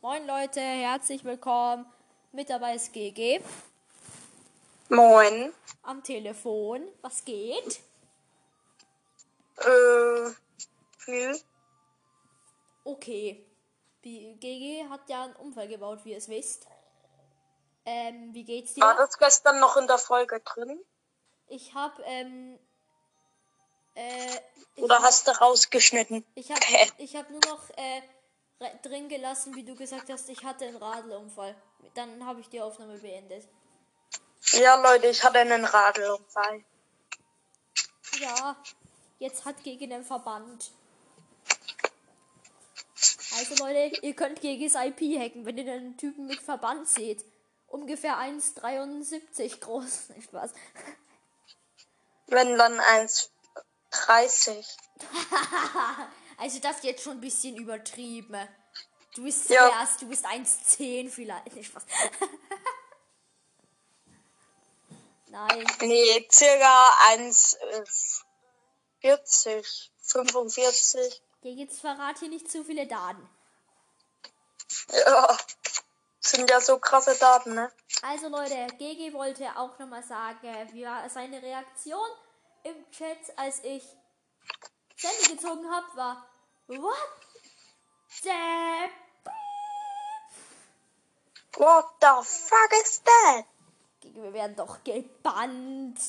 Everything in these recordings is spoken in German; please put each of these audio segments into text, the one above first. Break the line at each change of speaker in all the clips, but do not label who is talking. Moin Leute, herzlich willkommen. Mit dabei ist GG
Moin.
am Telefon. Was geht?
Äh, viel.
Okay. Wie- GG hat ja einen Unfall gebaut, wie ihr es wisst. Ähm, wie geht's dir?
War das gestern noch in der Folge drin?
Ich hab, ähm, äh,
Oder hast du rausgeschnitten?
ich hab,
Okay.
ich hab nur noch, äh, re- drin gelassen, wie du gesagt hast, ich hatte einen Radlunfall. Dann habe ich die Aufnahme beendet.
Ja, Leute, ich hatte einen Radlunfall.
Ja, jetzt hat gegen den Verband. Also Leute, ihr könnt Gegis IP hacken, wenn ihr den Typen mit Verband seht. Ungefähr 1,73 groß. Nein, Spaß.
Wenn dann 1,30.
Also das ist jetzt schon ein bisschen übertrieben. Du bist
Ja.
erst, du bist 1,10 vielleicht. Nein, Spaß. Nein,
Nee, circa äh, 1,40. 45.
Gegis verrat hier nicht zu viele Daten.
Ja. Sind ja so krasse Daten, ne?
Also Leute, GG wollte auch nochmal sagen, äh, wie war seine Reaktion im Chat, als ich Sandy gezogen habe, war What the
What the fuck is that?
Gigi, wir werden doch gebannt.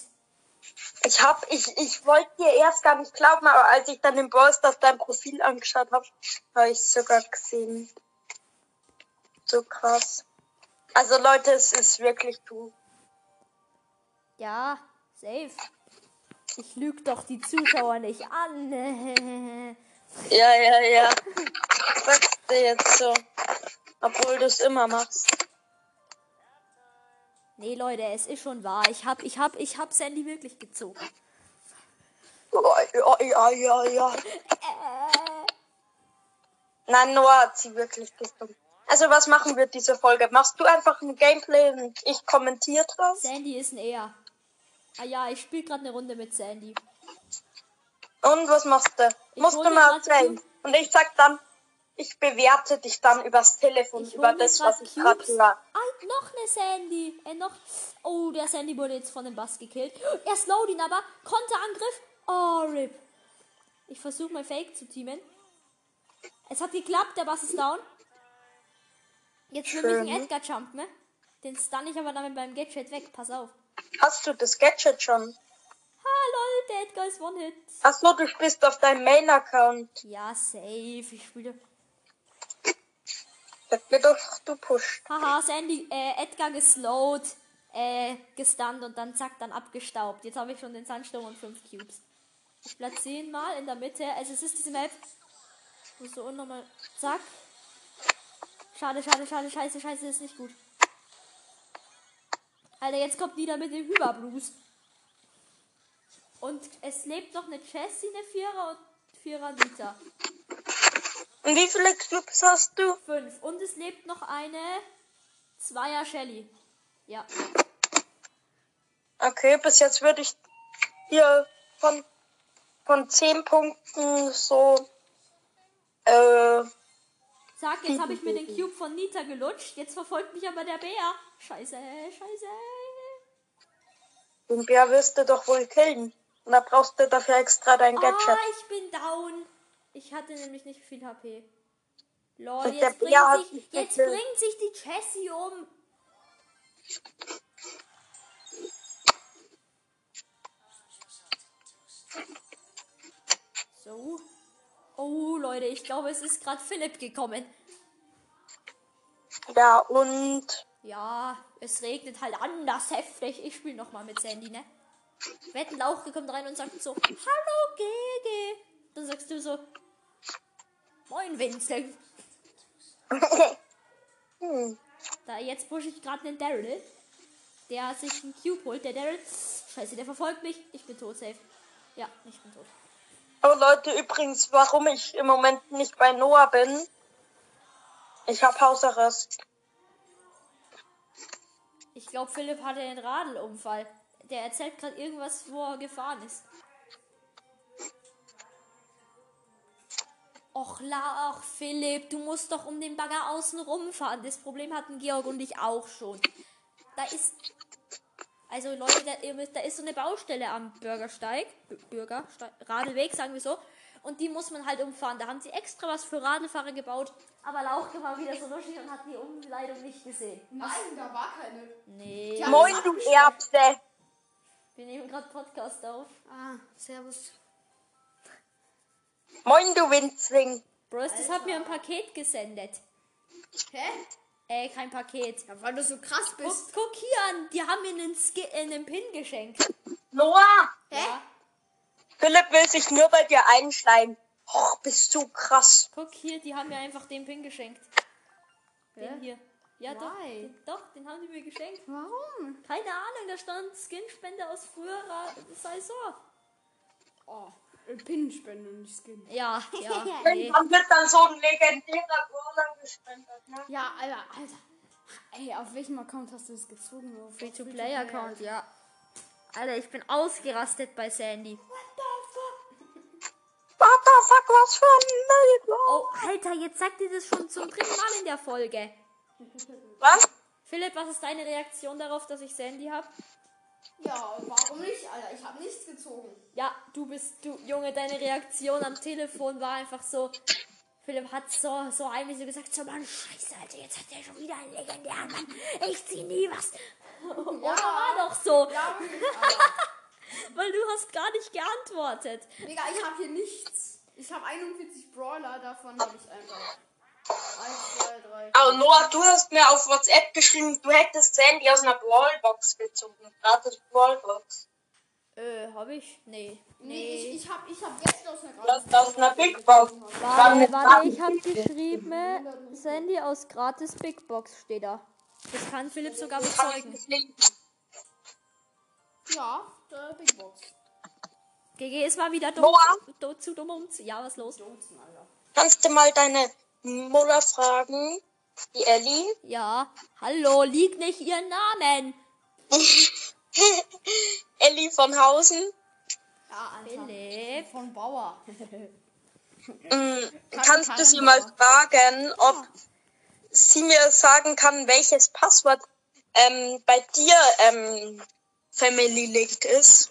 Ich hab, ich, ich wollte dir erst gar nicht glauben, aber als ich dann den Boys auf dein Profil angeschaut habe, habe ich sogar gesehen. So krass. Also Leute, es ist wirklich du.
Ja, safe. Ich lüge doch die Zuschauer nicht an.
Ja, ja, ja. Sagst du jetzt so. Obwohl du es immer machst.
Nee, Leute, es ist schon wahr. Ich hab, ich hab, ich hab Sandy wirklich gezogen.
Oh, ja, ja, ja, ja. Nein, Noah hat sie wirklich gesungen. Also was machen wir diese Folge? Machst du einfach ein Gameplay und ich kommentiere drauf?
Sandy ist ein Er. Ah ja, ich spiele gerade eine Runde mit Sandy.
Und was machst du?
Ich
Musst
hol
du
mir
mal
grad
erzählen.
Cubes.
Und ich sag dann, ich bewerte dich dann übers Telefon,
Ich
über
hol mir
das,
grad
was ich gerade
Cubes.
höre.
Ah, noch eine Sandy. Äh, noch. Oh, der Sandy wurde jetzt von dem Bass gekillt. Er slowed ihn aber. Konterangriff. Oh, RIP. Ich versuche mal Fake zu teamen. Es hat geklappt, der Bass ist down. Jetzt will
Schön.
mich ein Edgar Jump, ne? Den stun ich aber damit beim Gadget weg. Pass auf.
Hast du das Gadget schon?
Ah, lol, der Edgar ist One-Hit.
Ach so, du spielst auf deinem Main-Account.
Ja, safe. Ich spiele.
Sag mir doch, du pusht.
Haha, Sandy, äh, Edgar geslowed, äh, gestunt und dann zack, dann abgestaubt. Jetzt habe ich schon den Sandsturm und 5 Cubes. Ich platziere ihn mal in der Mitte. Also es ist diese Map. Muss so unnormal. Zack. Schade, schade, schade, scheiße, scheiße, ist nicht gut. Alter, jetzt kommt Nida mit dem Hyperblues. Und es lebt noch eine Jessie, eine Vierer und Vierer Nita.
Und wie viele Clubs hast du?
Fünf. Und es lebt noch eine Zweier Shelly. Ja.
Okay, bis jetzt würde ich dir von, von 10 Punkten so, äh,
Zack, jetzt habe ich mir den Cube von Nita gelutscht. Jetzt verfolgt mich aber der Bär. Scheiße, scheiße.
den Bär wirst du doch wohl killen. Und da brauchst du dafür extra dein Gadget.
Ah, ich bin down. Ich hatte nämlich nicht viel HP. Lol,
Und der
jetzt
Bär
bringt
hat
sich,
mich
jetzt
gekillt.
bringt sich die Jessie um. So. Oh, Leute, ich glaube, es ist gerade Philipp gekommen.
Ja, und
Ja, es regnet halt anders heftig. Ich spiele nochmal mit Sandy, ne? Wetten Lauchke kommt rein und sagt so, Hallo Gege. Dann sagst du so, Moin Vincent.
Hm.
Da jetzt pushe ich gerade einen Daryl, der sich einen Cube holt. Der Daryl, scheiße, der verfolgt mich. Ich bin tot, safe. Ja, ich bin tot.
Oh Leute, übrigens, warum ich im Moment nicht bei Noah bin. Ich hab Hausarrest.
Ich glaube, Philipp hatte einen Radelunfall. Der erzählt gerade irgendwas, wo er gefahren ist. Och, la, ach, Philipp, du musst doch um den Bagger außen rumfahren. Das Problem hatten Georg und ich auch schon. Da ist. Also, Leute, da, ihr wisst, da ist so eine Baustelle am Bürgersteig. B- Bürgersteig. Radeweg, sagen wir so. Und die muss man halt umfahren. Da haben sie extra was für Radlfahrer gebaut. Aber Lauchke war wieder so lustig und hat die Umleitung nicht gesehen.
Nein, da war keine.
Nee.
Ja.
Moin, du Erbse.
Wir nehmen gerade Podcast auf.
Ah, servus.
Moin, du Winzling.
Bros, das hat mir ein Paket gesendet.
Hä?
Äh, kein Paket.
Ja, weil du so krass bist.
Guck, guck hier an, die haben mir einen, Ski äh, einen Pin geschenkt.
Noah!
Hä?
Ja.
Philipp will sich nur bei dir einschleimen. Och, bist du krass.
Guck hier, die haben mir einfach den Pin geschenkt. Den hier. Ja, doch,
Why?
den, doch, den haben die mir geschenkt.
Warum?
Keine Ahnung, da stand Skinspende aus früherer Saison.
Oh, Pin spenden und nicht Skin.
Ja, ja. nee.
Dann wird dann so ein legendärer Brawler gespendet, ne?
Ja, Alter, Alter. Ey, auf welchem Account hast du das gezogen? Auf
Free-to-Play-Account, ja. Alter, ich bin ausgerastet bei Sandy.
What the fuck, was für ein Nerd?
Oh, Alter, jetzt sagt ihr das schon zum dritten Mal in der Folge.
Was?
Philipp, was ist deine Reaktion darauf, dass ich Sandy habe?
Ja, warum nicht, Alter? Ich hab nichts gezogen.
Ja, du bist, du, Junge, deine Reaktion am Telefon war einfach so. Philipp hat so, so heimlich so gesagt, so Mann, scheiße, Alter, jetzt hat er schon wieder einen legendären Mann. Ich zieh nie was.
Oh,
Oder war doch so,
Ja, wirklich, Alter.
weil du hast gar nicht geantwortet.
Digga, ich hab hier nichts. Ich hab 41 Brawler, davon hab ich einfach. 1, 2, 3.
Aber Noah, du hast mir auf WhatsApp geschrieben, du hättest Sandy aus einer Brawlbox gezogen. Gratis Brawlbox.
Äh, hab ich? Nee.
Nee, ich, ich hab, ich hab jetzt aus einer
Das
Gratis.
aus einer Big Box.
Warte, warte, ich hab geschrieben, äh, Sandy aus gratis Big Box steht da. Das kann Philipp sogar bezeugen.
Ja, der Big Box.
GG ist mal wieder dumm,
Noah?
du, zu dumm um zu. Ja, was los?
Johnson, Alter.
Kannst du mal deine Mutter fragen? Die Ellie?
Ja, hallo, liegt nicht ihren Namen.
Ellie von Hausen?
Ja,
Ah,
Alter.
Philipp.
Von Bauer.
Mhm.
Kann-
Kannst
kann
du sie
ja.
mal fragen, ob sie mir sagen kann, welches Passwort ähm, bei dir ähm, Family Linked ist?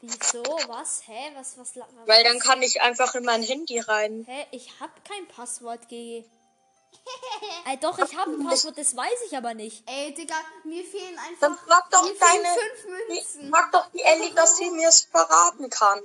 Wieso? Was? Hä? Was, was, la- was?
Weil dann kann ich einfach in mein Handy rein.
Hä? Ich hab kein Passwort, GG. äh, doch, ich hab ein Passwort, das weiß ich aber nicht.
Ey, Digga, mir fehlen einfach.
Dann frag doch
mir fehlen
deine-
fünf Münzen.
Frag doch die Ellie, dass sie mir es verraten kann.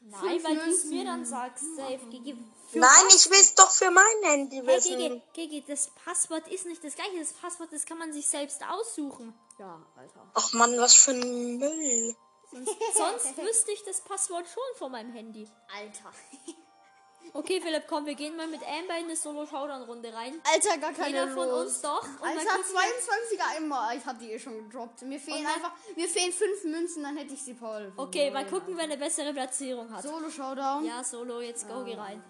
Nein,
Fünf
weil du es
Münzen.
mir dann sagst, safe, GG. Für
Nein, ich will's doch für mein Handy
Hey,
wissen.
GG, GG, das Passwort ist nicht das gleiche. Das Passwort, das kann man sich selbst aussuchen.
Ja, Alter.
Ach man, was für ein Müll.
Sonst, sonst wüsste ich das Passwort schon von meinem Handy.
Alter.
Okay, Philipp, komm, wir gehen mal mit Amber in eine Solo-Showdown-Runde rein.
Alter, gar keine
Jeder von
Lust.
uns doch. Und dann
Alter,
gucken wir-
22er einmal. Ich hab die eh schon gedroppt. Mir fehlen
dann-
einfach. Mir fehlen fünf Münzen, dann hätte ich sie Paul.
Okay, mal gucken, wer eine bessere Platzierung hat.
Solo Showdown.
Ja, Solo, jetzt go, geh rein.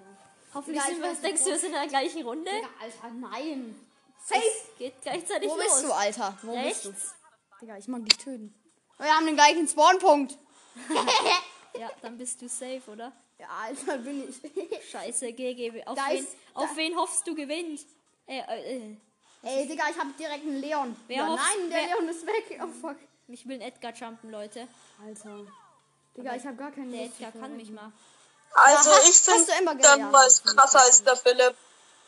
Hoffentlich
Ja, ich
sind wir,
weiß
denkst du, wir sind in der gleichen Runde.
Digga, Alter, nein. Safe.
Geht gleichzeitig
Wo
los.
bist du, Alter? Wo bist
Rechts?
du? Digga, ich mag dich töten. Wir haben den gleichen Spawnpunkt.
Ja, dann bist du safe, oder?
Ja, Alter, bin ich.
Scheiße, GG. Auf,
Da
wen,
ist-
auf wen hoffst du gewinnt? Äh, äh, äh.
Ey, Digga, ich hab direkt einen Leon.
Wer
ja,
hofft's-
nein, der
wer-
Leon ist weg. Oh, fuck.
Mich will ein Edgar jumpen, Leute.
Alter. Digga, ich hab gar keinen
Der
Lust
Edgar
zu
kann
verrecken.
mich mal.
Also
Ja, hast-
ich
hast du immer
finde,
gelernt.
dann war es krasser als der Philipp.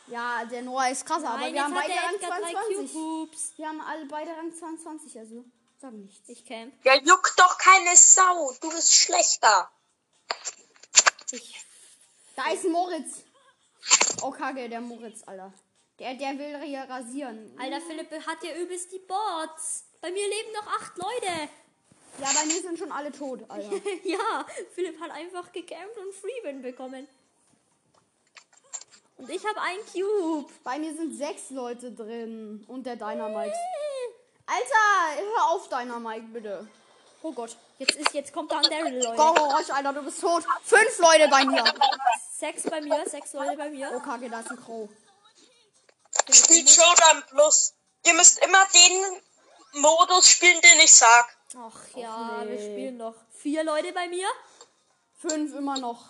Ja, der Noah ist krasser, aber
Nein,
wir
jetzt
haben
hat
beide
der
Rang
Edgar drei
22.
Cubes.
Wir haben alle beide Rang 22, also sag nichts.
Ich camp.
Ja, juckt doch keine Sau. Du bist schlechter.
Ich,
Da ist Moritz. Oh, Kacke, der Moritz, Alter. Der, der will hier rasieren.
Alter, Philipp hat ja übelst die Bots. Bei mir leben noch acht Leute.
Ja, bei mir sind schon alle tot, Alter.
ja, Philipp hat einfach gecampt und Freewin bekommen. Und ich habe einen Cube.
bei mir sind sechs Leute drin. Und der Dynamite. Alter, hör auf, Dynamite, bitte.
Oh Gott, jetzt ist jetzt kommt da ein Daryl,
Goro,
Leute.
Rosch, oh Alter, du bist tot. Fünf Leute bei mir.
Sechs bei mir, sechs Leute bei
Oh,
mir.
Kacke, da ist ein Crow.
Spielt Showdown Plus. Ihr müsst immer den Modus spielen, den ich sag.
Ach ja,
nee.
wir spielen noch. Vier Leute bei mir.
Fünf immer noch.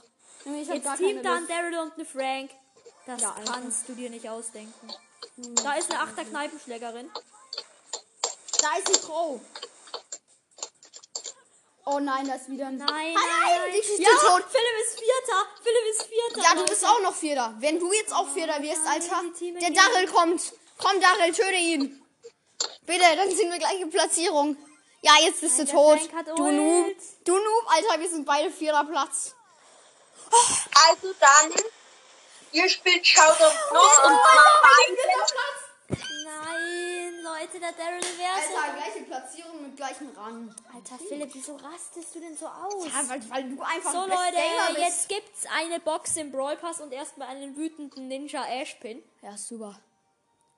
Junge, ich hab gar
Jetzt Team
keine
dann
Lust.
Daryl und eine Frank. Das
Ja, Alter. Hm.
kannst du dir nicht ausdenken. Da ist eine Achter Kneipenschlägerin.
Da ist ein Crow. Oh nein, da ist wieder ein...
Nein, nein,
nein,
nein.
ich schieß
ja,
den tot.
Philipp ist Vierter. Philipp ist Vierter.
Ja, du
Leute.
bist auch noch Vierter. Wenn du jetzt auch Vierter wirst, Alter,
die Team
der
gehen.
Darrell kommt. Komm, Darrell, töte ihn. Bitte, dann sind wir gleiche Platzierung. Ja, jetzt bist
Nein,
du
der
tot.
Frank hat
Du
Ult.
Noob. Du Noob, Alter, wir sind beide Vierter Platz.
Also dann, ihr spielt Showdown Plus und macht
Nein, Leute, der Daryl wäre
Alter, gleiche Platzierung mit gleichem Rang.
Alter, Philipp, wieso rastest du denn so aus?
Ja, weil, weil du einfach
So
ein bester
Leute,
Gamer bist.
jetzt gibt's eine Box im Brawl Pass und erstmal einen wütenden Ninja Ashpin
Ja, super.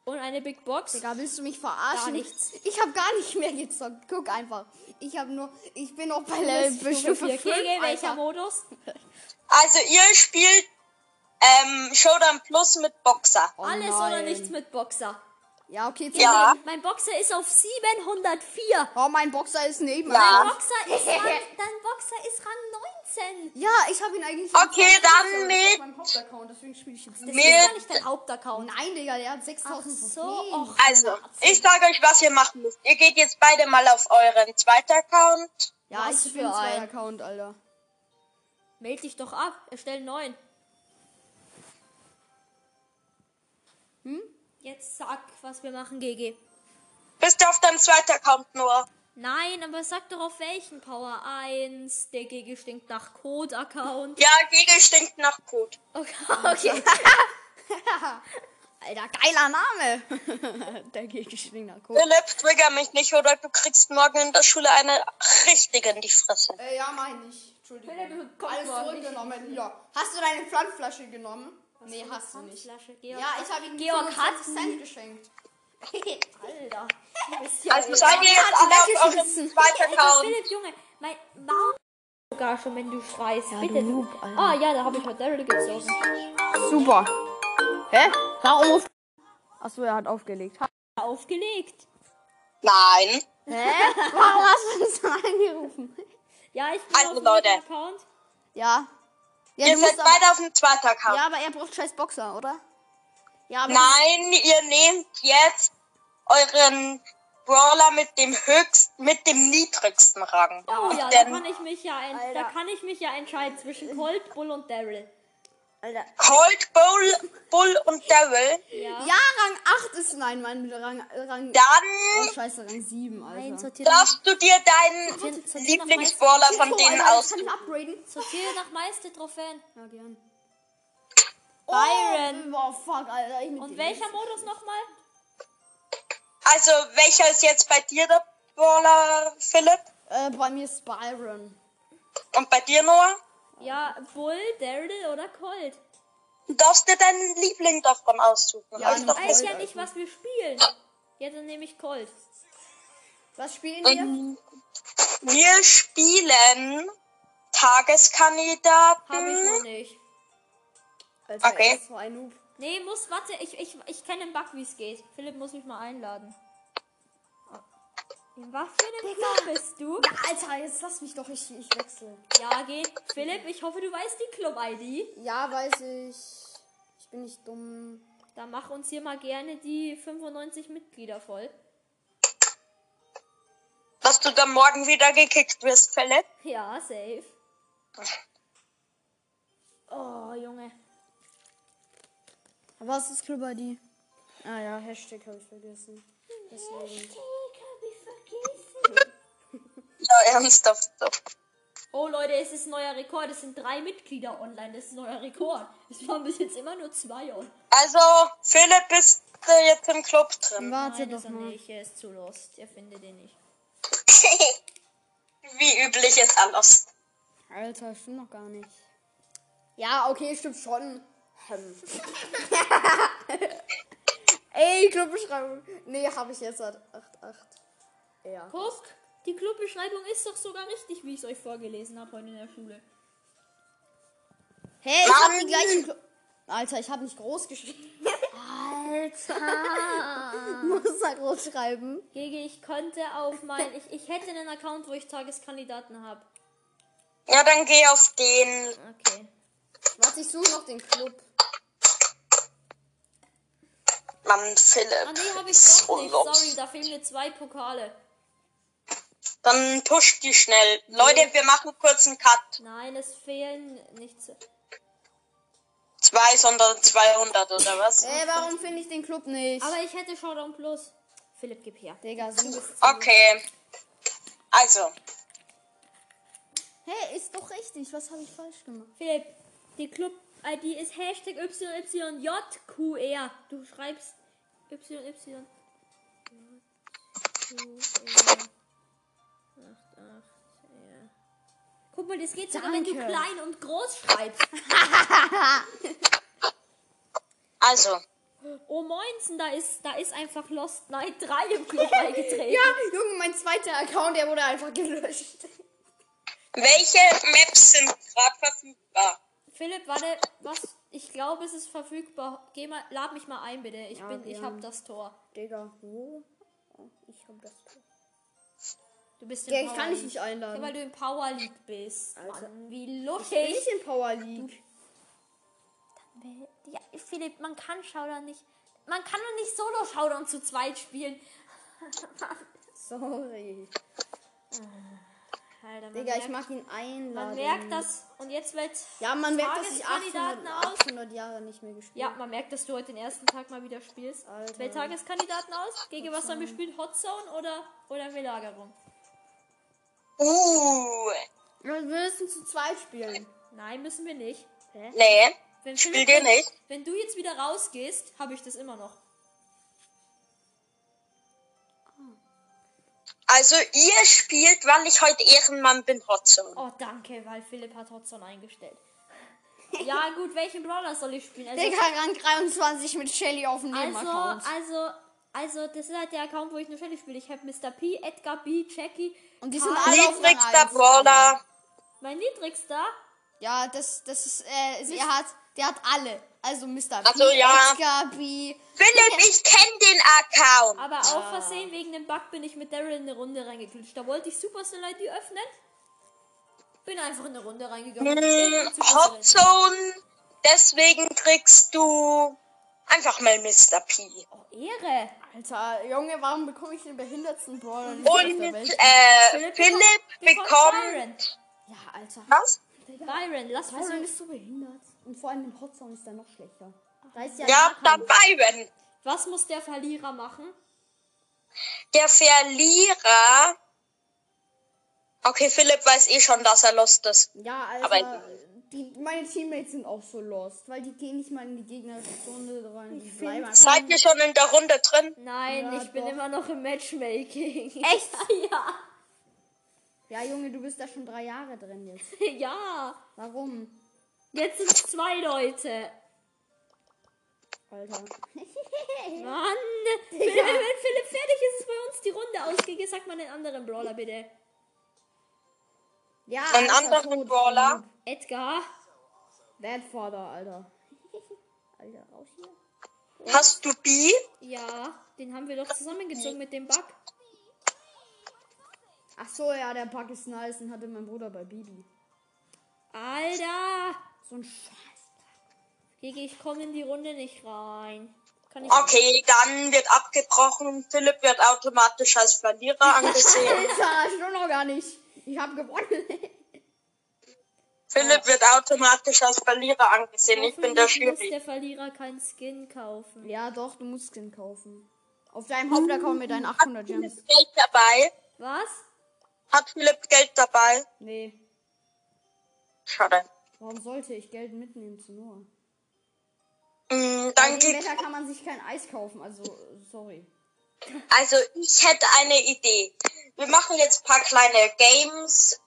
und eine Big Box.
Digga, willst du mich verarschen?
Gar nichts.
Ich hab gar nicht mehr gezockt. Guck einfach. Ich hab nur... Ich bin noch bei
Bis
Level Stufe 5,
Kegel, welcher
Alter.
Modus?
Also ihr spielt ähm, Showdown Plus mit Boxer.
Oh
Alles oder
nein. Ah.
nichts mit Boxer.
Ja, okay. zehn
Ja.
Leben.
Mein Boxer ist auf 704.
Oh, mein Boxer ist neben
Ja.
ja.
Dein Boxer ist Rang, dein Boxer ist Rang 19.
ja, ich habe ihn eigentlich.
Okay,
nicht
dann
auf
mit-
meinem Hauptaccount, deswegen spiele ich jetzt
Das
nicht.
ist
Mit-
gar nicht dein Hauptaccount.
Oh Nein, Digga, der hat
Ach
6000
so,
Trophäen.
och.
Also, ich sage euch, was ihr machen müsst. Ihr geht jetzt beide mal auf euren zweiten Account.
Ja,
Was
ich
für
bin
ein-
ein Account, Alter.
Meld dich doch ab, erstell einen neuen. Hm? Hm? Jetzt sag, was wir machen, GG.
Bist du auf deinem zweiten Account nur?
Nein, aber sag doch auf welchen Power 1. Der GG stinkt nach Code-Account.
Ja, Gegel stinkt nach Kot.
Okay. okay.
Alter, geiler Name. der geht geschwind nach Kohle.
Philipp, trigger mich nicht, oder du kriegst morgen in der Schule eine richtige in die Fresse.
Äh, ja, meine ich. Entschuldigung.
Philipp, komm
Alles
mal.
zurückgenommen. Ja. Hast du deine Pfandflasche genommen? nee, hast du nicht.
Flasche,
Ja,
Georg.
ich habe ihm
Georg hat
25 Cent geschenkt.
Alter. Du bist ja
Also seid ihr jetzt alle auf eurem zweiten
Alter,
Account.
Philipp, Junge. Mein Maul sogar schon, wenn du schreist. Bitte.
Noob, Alter.
Ah, ja, da habe ich halt Daryl gezogen.
Super. Hä? Warum muss. Achso, er hat aufgelegt.
Aufgelegt.
Nein.
Warum hast du Ah, uns angerufen?
Ja, ich bin
Also,
auf dem
Leute.
dritten Account.
Ja. Ja,
Ihr seid
du musst aber-
beide auf dem zweiten Account.
Ja, aber er braucht scheiß Boxer, oder? Ja, aber
Nein, ihr nehmt jetzt euren Brawler mit dem höchst, mit dem niedrigsten Rang.
Oh ja, da
Denn
kann ich mich ja, ent- da
Alter.
kann ich mich ja entscheiden zwischen Colt, Bull und Daryl.
Alter.
Cold Bull, Bull und Devil,
Ja.
Ja, Rang 8 ist nein, mein Rang Rang
dann
Oh, scheiße, Rang 7, Alter.
Nein, sortiere nach,
darfst du dir deinen
Sortiert- sortiert nach
Lieblingsbrawler
Oh,
von denen
Alter,
aus.
Ich kann ihn upgraden.
sortiere nach meiste Trophäen.
Ja, gern.
Byron.
Oh, wow, fuck, Alter. Ich mit
Und
dir.
welcher Modus nochmal?
Also, welcher ist jetzt bei dir der Brawler, Philipp?
Äh, bei mir ist Byron.
Und bei dir, Noah?
Ja, Bull, Daryl oder Colt.
Du darfst dir deinen Liebling davon aussuchen.
Ja,
Euch doch
Weiß
nicht.
ja
also.
nicht, was wir spielen. Ja, dann nehme ich Colt.
Was spielen wir?
Ähm, Wir spielen
Hab ich noch
Hm?
Tageskandidaten.
nicht.
Alter,
okay.
er ist so ein Noob.
Nee, muss, warte, ich, ich, ich kenne den Bug, wie es geht. Philipp muss mich mal einladen. In was für einem Club bist du?
Ja, Alter, jetzt lass mich doch, ich, ich wechsle.
Ja, geht. Philipp, ich hoffe, du weißt die Club-ID.
Ja, weiß ich. Ich bin nicht dumm.
Dann mach uns hier mal gerne die 95 Mitglieder voll.
Dass du dann morgen wieder gekickt wirst, Philipp.
Ja, safe. Oh, Junge.
Was ist Club ID? Ah ja, Hashtag habe ich vergessen. Deswegen.
Ja, ernsthaft. so.
Oh, Leute, es ist ein neuer Rekord. Es sind drei Mitglieder online. Das ist ein neuer Rekord. Es waren bis jetzt immer nur zwei online.
Also, Philipp ist äh, jetzt im Club drin.
Warte
Nein,
doch
ist er
mal.
nicht. Er ist zu lost. Er findet ihn nicht.
Wie üblich ist alles.
Alter, stimmt noch gar nicht. Ja, okay, stimmt schon. Hm. Ey, Clubbeschreibung. Nee, habe ich jetzt seit 8.8. Ja.
Guck, die Clubbeschreibung ist doch sogar richtig, wie ich es euch vorgelesen habe heute in der Schule.
Hä, hey, ich habe
Mann.
die gleichen Clu Alter, ich habe nicht groß geschrieben.
Alter.
Muss da groß schreiben.
Gege, ich konnte auf mein... Ich, ich hätte einen Account, wo ich Tageskandidaten habe.
Ja, dann geh auf den.
Okay.
Warte, ich suche noch den Club.
Mann, Philipp.
Ah nee, habe ich
so
doch nicht.
los.
Sorry, da fehlen mir zwei Pokale.
Dann push die schnell. Leute, wir machen kurz einen Cut.
Nein, es fehlen nicht so.
Zwei, sondern 200 oder was?
Ey, Äh, warum finde ich den Club nicht?
Aber ich hätte Showdown Plus. Philipp, gib her.
Digga, so ist
Okay. Also,
Hey, ist doch richtig. Was habe ich falsch gemacht?
Philipp, die Club-ID ist Hashtag YYJQR. Du schreibst YY. Guck mal, das geht sogar, wenn du
Danke.
klein und groß schreibst.
also.
Oh moinsen, da ist, da ist einfach Lost Night 3 im Club eingetreten. ja.
Junge, mein zweiter Account, der wurde einfach gelöscht.
Welche Maps sind gerade verfügbar?
Philipp, warte, was? Ich glaube, es ist verfügbar. Geh mal, lad mich mal ein, bitte. Ich
Ja,
bin, ich
gern.
hab das Tor.
Digga, wo? Ich hab das.
Du bist
Digga,
im
ich
Power
kann dich
League.
nicht einladen.
Ja, weil du im Power League bist.
Alter.
Mann, wie
Bin
lustig.
ich in Power League?
Ja, Philipp, man kann Showdown nicht. Man kann doch nicht Solo Showdown zu zweit spielen.
Sorry.
Alter, man
Digga, ich
merkt,
mag ihn einladen.
man merkt das. Und jetzt wird.
Ja, man merkt, dass ich
Tageskandidaten
800,
aus.
800 Jahre nicht mehr gespielt
Ja, man merkt, dass du heute den ersten Tag mal wieder spielst.
Alter.
Zwei Tageskandidaten aus. Gegen was haben wir gespielt? Hot Zone oder, oder Belagerung?
Uh,
Wir müssen zu zweit spielen.
Nein, müssen wir nicht.
nee.
Wenn
Spielt ihr nicht?
Wenn du jetzt wieder rausgehst, habe ich das immer noch.
Also ihr spielt, weil ich heute Ehrenmann bin, Hotzone.
Oh, danke, weil Philipp hat Hot Zone eingestellt. ja, gut, welchen Brawler soll ich spielen? Also,
Digga, Rang 23 mit Shelly auf dem
Also,
Nebenaccount.
also, also, das ist halt der Account, wo ich nur Shelly spiele. Ich habe Mr. P, Edgar B, Jackie.
Und die sind
Karl-
alle auf Rang
Niedrigster
1.
Brawler.
Mein niedrigster.
Ja, das, das ist, äh, er hat, der hat alle. Also Mr. B,
Also, ja.
Edgar B.
Philipp, ich kenne den Account.
Aber auch versehen, wegen dem Bug bin ich mit Daryl in eine Runde reingeglitscht. Da wollte ich Supercell ID öffnen. Bin einfach in eine Runde reingegangen.
Hm,
Irgendein Supercell ID.
Hotzone, deswegen kriegst du einfach mal Mr. P.
Oh, Ehre.
Alter, Junge, warum bekomme ich den behindertsten Brawler nicht auf
Und
der Welt?
äh,
bekommt-
Philipp bekommt...
Byron.
Ja, Alter.
Was?
Byron, lass
Warum
versuchen.
bist du behindert? Und vor allem im Hotzone ist der noch schlechter. Da ist ja,
Ja,
Nahkampf.
dann Byron.
Was muss der Verlierer machen?
Der Verlierer... Okay, Philipp weiß eh schon, dass er lost ist.
Ja,
Aber-
Alter. Die, meine Teammates sind auch so lost, weil die gehen nicht mal in die gegnerische Zone rein. Die bleiben einfach.
Seid ihr schon in der Runde drin?
Nein,
Ja,
ich bin
doch.
immer noch im Matchmaking. Echt? ja.
Ja, Junge, du bist da schon drei Jahre drin jetzt.
Ja.
Warum?
Jetzt sind zwei Leute.
Alter.
Mann! Philipp, wenn Philipp fertig ist, ist bei uns die Runde ausgegangen. Sag mal den anderen Brawler bitte.
Ja,
Einen
Alter,
anderen
tot,
Brawler?
Junge.
Edgar?
Badfather, Alter. Alter, raus hier.
Hast du B?
Ja, den haben wir doch zusammengezogen mit dem Bug.
Ach so, ja, der Pack ist nice, den hatte mein Bruder bei Bibi.
Alter!
So ein Scheiß.
Gigi, ich komme in die Runde nicht rein. Kann ich.
Oh, Okay, dann wird abgebrochen. Philipp wird automatisch als Verlierer angesehen.
Alter, ich noch gar nicht. Ich hab gewonnen.
Philipp wird automatisch als Verlierer angesehen. Ich bin der
Hoffentlich muss
Schiri.
der Verlierer keinen Skin kaufen.
ja, doch, du musst Skin kaufen. Auf deinem Hauptaccount mit deinen 800 Gems.
Philipp Geld dabei?
Was?
Hat Philipp Geld dabei?
Nee.
Schade.
Warum sollte ich Geld mitnehmen zu Noah?
Mm,
Bei
Dann
dem
gibt,
Wetter kann man sich kein Eis kaufen, also äh, sorry.
also ich hätte eine Idee. Wir machen jetzt ein paar kleine Games.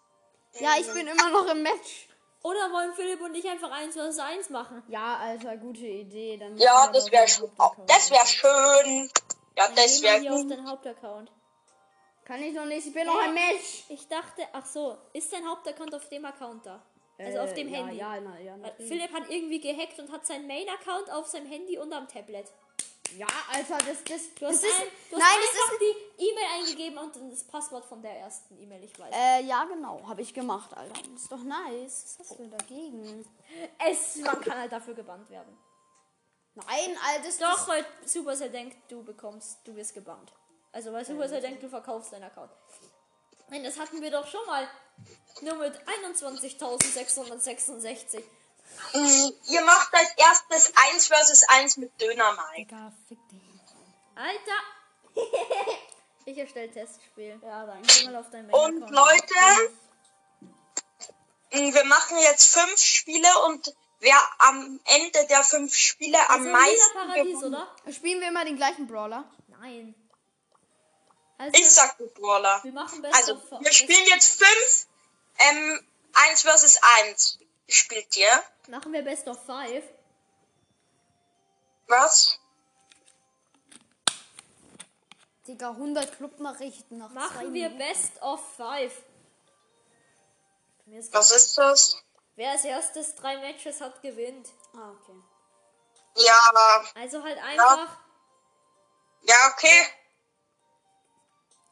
Ja, ich bin immer noch im Match.
Oder wollen Philipp und ich einfach eins vs eins machen?
Ja, Alter, gute Idee. Dann
Ja,
müssen wir
das
doch
wäre
den
schön.
Hauptaccount
Das wäre
machen.
schön. Ja,
Geh
das
mal
wäre
hier auf
gut.
deinen Hauptaccount.
Kann ich noch nicht, ich bin noch im Match.
Ich dachte, ach so, ist dein Hauptaccount auf dem Account da? Also
Äh,
auf dem
ja,
Handy. Äh,
Ja, na, ja,
Weil
natürlich.
Philipp hat irgendwie gehackt und hat seinen Main-Account auf seinem Handy und am Tablet.
Ja, Alter, das, das,
Du hast,
das ist.
ein, du hast
nein, das
einfach
ist.
die E-Mail eingegeben und dann das Passwort von der ersten E-Mail, ich weiß.
Äh, ja, genau. Habe ich gemacht, Alter. Ist doch nice. Was hast du dagegen?
Es, man kann halt dafür gebannt werden.
Nein, Alter, ist
Doch, weil Supercell denkt, du bekommst, du wirst gebannt. Also,
Äh,
weil Supercell denkt, du verkaufst deinen Account. Nein, das hatten wir doch schon mal. Nur mit 21.666.
Mm, Ihr macht als erstes 1 versus 1 mit Döner Mike.
Digga, fick dich.
Alter! ich erstelle Testspiel.
Ja, danke.
Geh mal auf dein Mail.
Und Leute, mm, wir machen jetzt 5 Spiele und wer am Ende der 5 Spiele am meisten
Also, Paradies,
gewonnen
oder?
Spielen wir immer den gleichen Brawler?
Nein. Also,
Ich sag gut, Brawler.
wir machen besser.
Also, wir spielen jetzt 5 ähm, 1 versus 1. Spielt ihr?
Machen wir Best of Five.
Was?
Digga, 100 Clubnachrichten nach zwei
Machen wir
Minuten.
Best of Five. Mir ist
Was ist das?
Wer als erstes drei Matches hat, gewinnt.
Ah, okay.
Ja,
Also halt einfach.
ja, okay.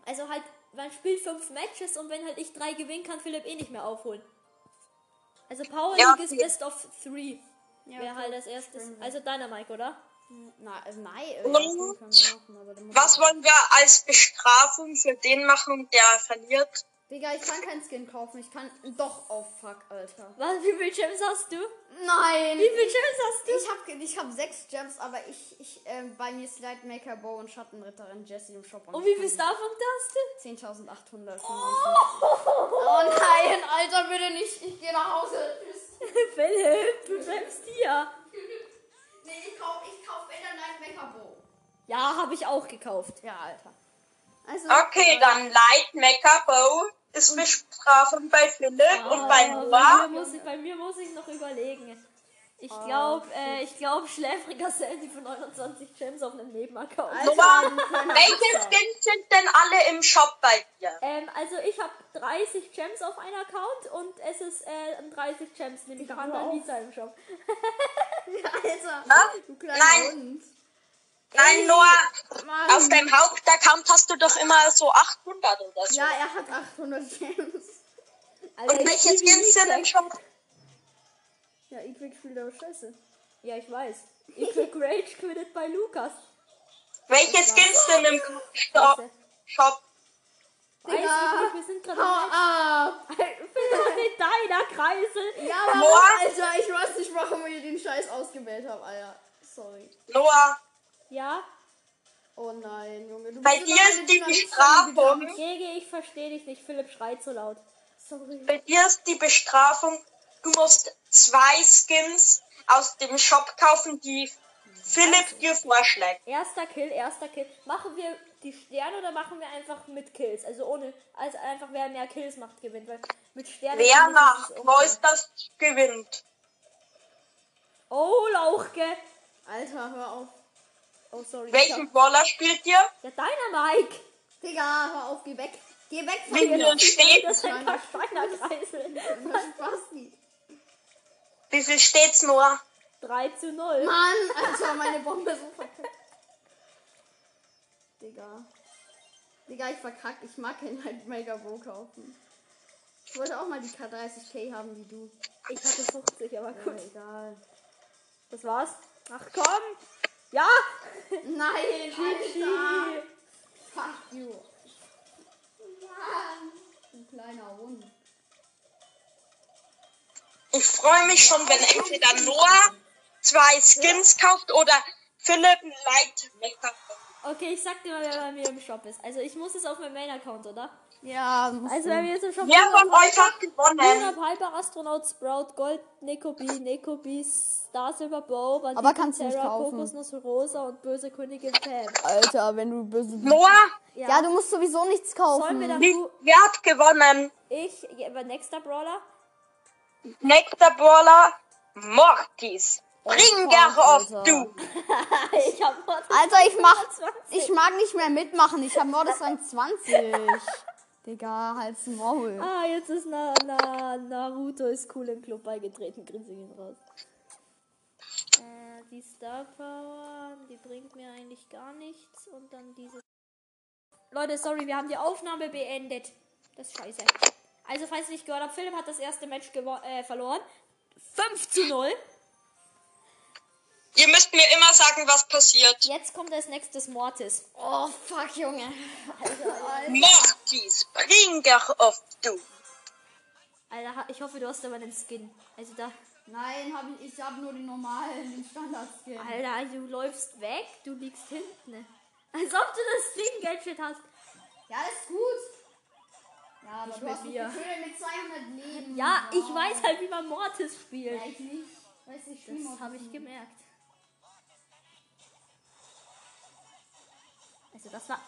Also halt, man spielt fünf Matches und wenn halt ich drei gewinnen kann, Philipp eh nicht mehr aufholen. Also Power
Ja,
League ist
okay.
Best of Three.
Ja,
Wer
okay.
halt als erstes. Also deiner Mike, oder?
Na, also nein, äh,
Und-
okay, können wir machen, aber dann muss-
Was wollen wir als Bestrafung für den machen, der verliert?
Digga, ich kann keinen Skin kaufen. Ich kann. Doch, oh fuck, Alter.
Was, wie viele Gems hast du? Wie
Nein!
viele Gems hast du?
Ich hab, ge- ich hab sechs Gems, aber ich, ich ähm, bei mir ist Lightmaker, Bow und Schattenritterin Jessie im Shop.
Und Oh, wie viele Starpunkte hast du?
10.800. Oh. nein, Alter, bitte nicht. Ich gehe nach Hause. Tschüss.
Philipp, du bleibst hier.
Nee, ich kauf, ich kauf wieder Lightmaker, Bow.
Ja, habe ich auch gekauft.
Ja, Alter. Also,
Okay, dann Light Maker Bow ist Bestrafung bei Philipp und bei
Aber
Noah.
Oh, Bei mir, muss ich, bei mir muss ich noch überlegen. Ich
Oh,
glaube, äh, ich glaube, schläfriger Sandy für 29 Gems auf einem Nebenaccount.
Alter,
Noah,
wir können-
welche Skins sind denn alle im Shop bei dir?
Ähm, also ich habe 30 Gems auf einem Account und es ist äh, 30 Gems, nämlich
Digga, hör
Panda
auf.
Lisa im Shop.
Alter, du kleiner
Nein.
Hund.
Nein, Noah,
Mann.
auf deinem Hauptaccount hast du doch immer so 800 oder so.
Ja, er hat 800 Gems.
Alter,
und
Also ich
welche
liebe
Skins sind im
Lisex.
Shop?
Ja, Equig spielt aber scheiße.
Ja, ich weiß. Ich krieg Rage Quittet bei Lukas.
Welche Skins sind im Shop? Shop?
Weiß ich
Digga.
nicht, wir sind gerade
Hau ab!
in deiner Kreisel.
Ja, aber
Boah.
Alter, ich weiß nicht, warum ich den Scheiß ausgewählt habe, Alter. Sorry.
Noah,
Ja,
Oh nein, Junge. Du
bei
bist
dir
immer
ist
eine
die
Dynamit-
Bestrafung.
Gege, ich verstehe dich nicht. Philipp schreit so laut. Sorry.
Bei dir ist die Bestrafung, du musst zwei Skins aus dem Shop kaufen, die Philipp dir vorschlägt.
Erster Kill, erster Kill. Machen wir die Sterne oder machen wir einfach mit Kills? Also ohne, also einfach wer mehr Kills macht, gewinnt. Weil mit Sternen.
Wer nach
Neues?
Meusters gewinnt.
Oh, Lauchke.
Alter, hör auf.
Oh, sorry.
Welchen Brawler spielt ihr?
Ja, deiner Mike. Genau.
Digga, hör auf, geh weg. Geh weg von
Wie
mir.
viel steht?
Das ist ein paar Steinerkreisel.
Spasti.
Wie viel steht's nur?
3 zu 0.
Mann, Alter, meine Bombe ist so verkackt. Digga. Digga, ich verkackt. Ich mag kein Nightmaker Bow kaufen. Ich wollte auch mal die K30k haben wie du.
Ich hatte 50, aber
Aber
gut.
egal.
Das war's. Ach komm. Ja.
Nein, Alter.
Tschüssi.
Fuck you. Mann. Ein kleiner Hund.
Ich freue mich schon, wenn entweder Noah zwei Skins kauft oder Philipp ein Lightmaker.
Okay, ich sag dir mal, wer bei mir im Shop ist. Also ich muss es auf meinem Main-Account, oder?
Ja,
Also wer mir jetzt im Shop
Wer von euch hat
Luna,
gewonnen?
Piper, Astronaut, Sprout, Gold, Nekobi, Nekobi, Star Silver Bow, Bandit,
Aber kannst du nicht
Terra,
kaufen.
Kokosnuss, Rosa und böse Königin Pam.
Alter, wenn du böse bist.
Noah,
Ja,
du musst sowieso nichts
sollen wir
wie,
dazu...
wer hat gewonnen?
Ich, ja, aber nächster Brawler?
Nächster Brawler, Mortis. Bringer of
Alter.
Doom.
ich hab nur...
Alter, ich mach. Ich mag nicht mehr mitmachen. Ich habe Mordesrang 20. Digga, halt's Maul.
Ah, jetzt ist Na Na Naruto ist cool im Club beigetreten. Grüße gehen raus. Äh, die Star Power, die bringt mir eigentlich gar nichts. Und dann diese. Leute, sorry, wir haben die Aufnahme beendet. Das ist scheiße. Also, falls ihr nicht gehört habt, Philipp hat das erste Match gewo- äh, verloren. 5 zu 0.
Ihr müsst mir immer sagen, was passiert.
Jetzt kommt als nächstes Mortis.
Oh, fuck, Junge. Alter, Alter.
Mortis, Bringer of Doom.
Alter, ha- ich hoffe, du hast aber den Skin. Also da.
Nein, hab ich, ich hab nur den normalen, den Standard-Skin.
Alter, du läufst weg, du liegst hinten. Als ob du das Fliegen-Gadget hast.
Ja, ist gut. Ja, aber
Nicht
du
mit
hast mich
mir.
getötet mit 200 Leben.
Ja, ich
Wow.
weiß halt, wie man Mortis spielt.
Ja, ich nicht. Weiß nicht,
Das habe ich gemerkt. Also das war.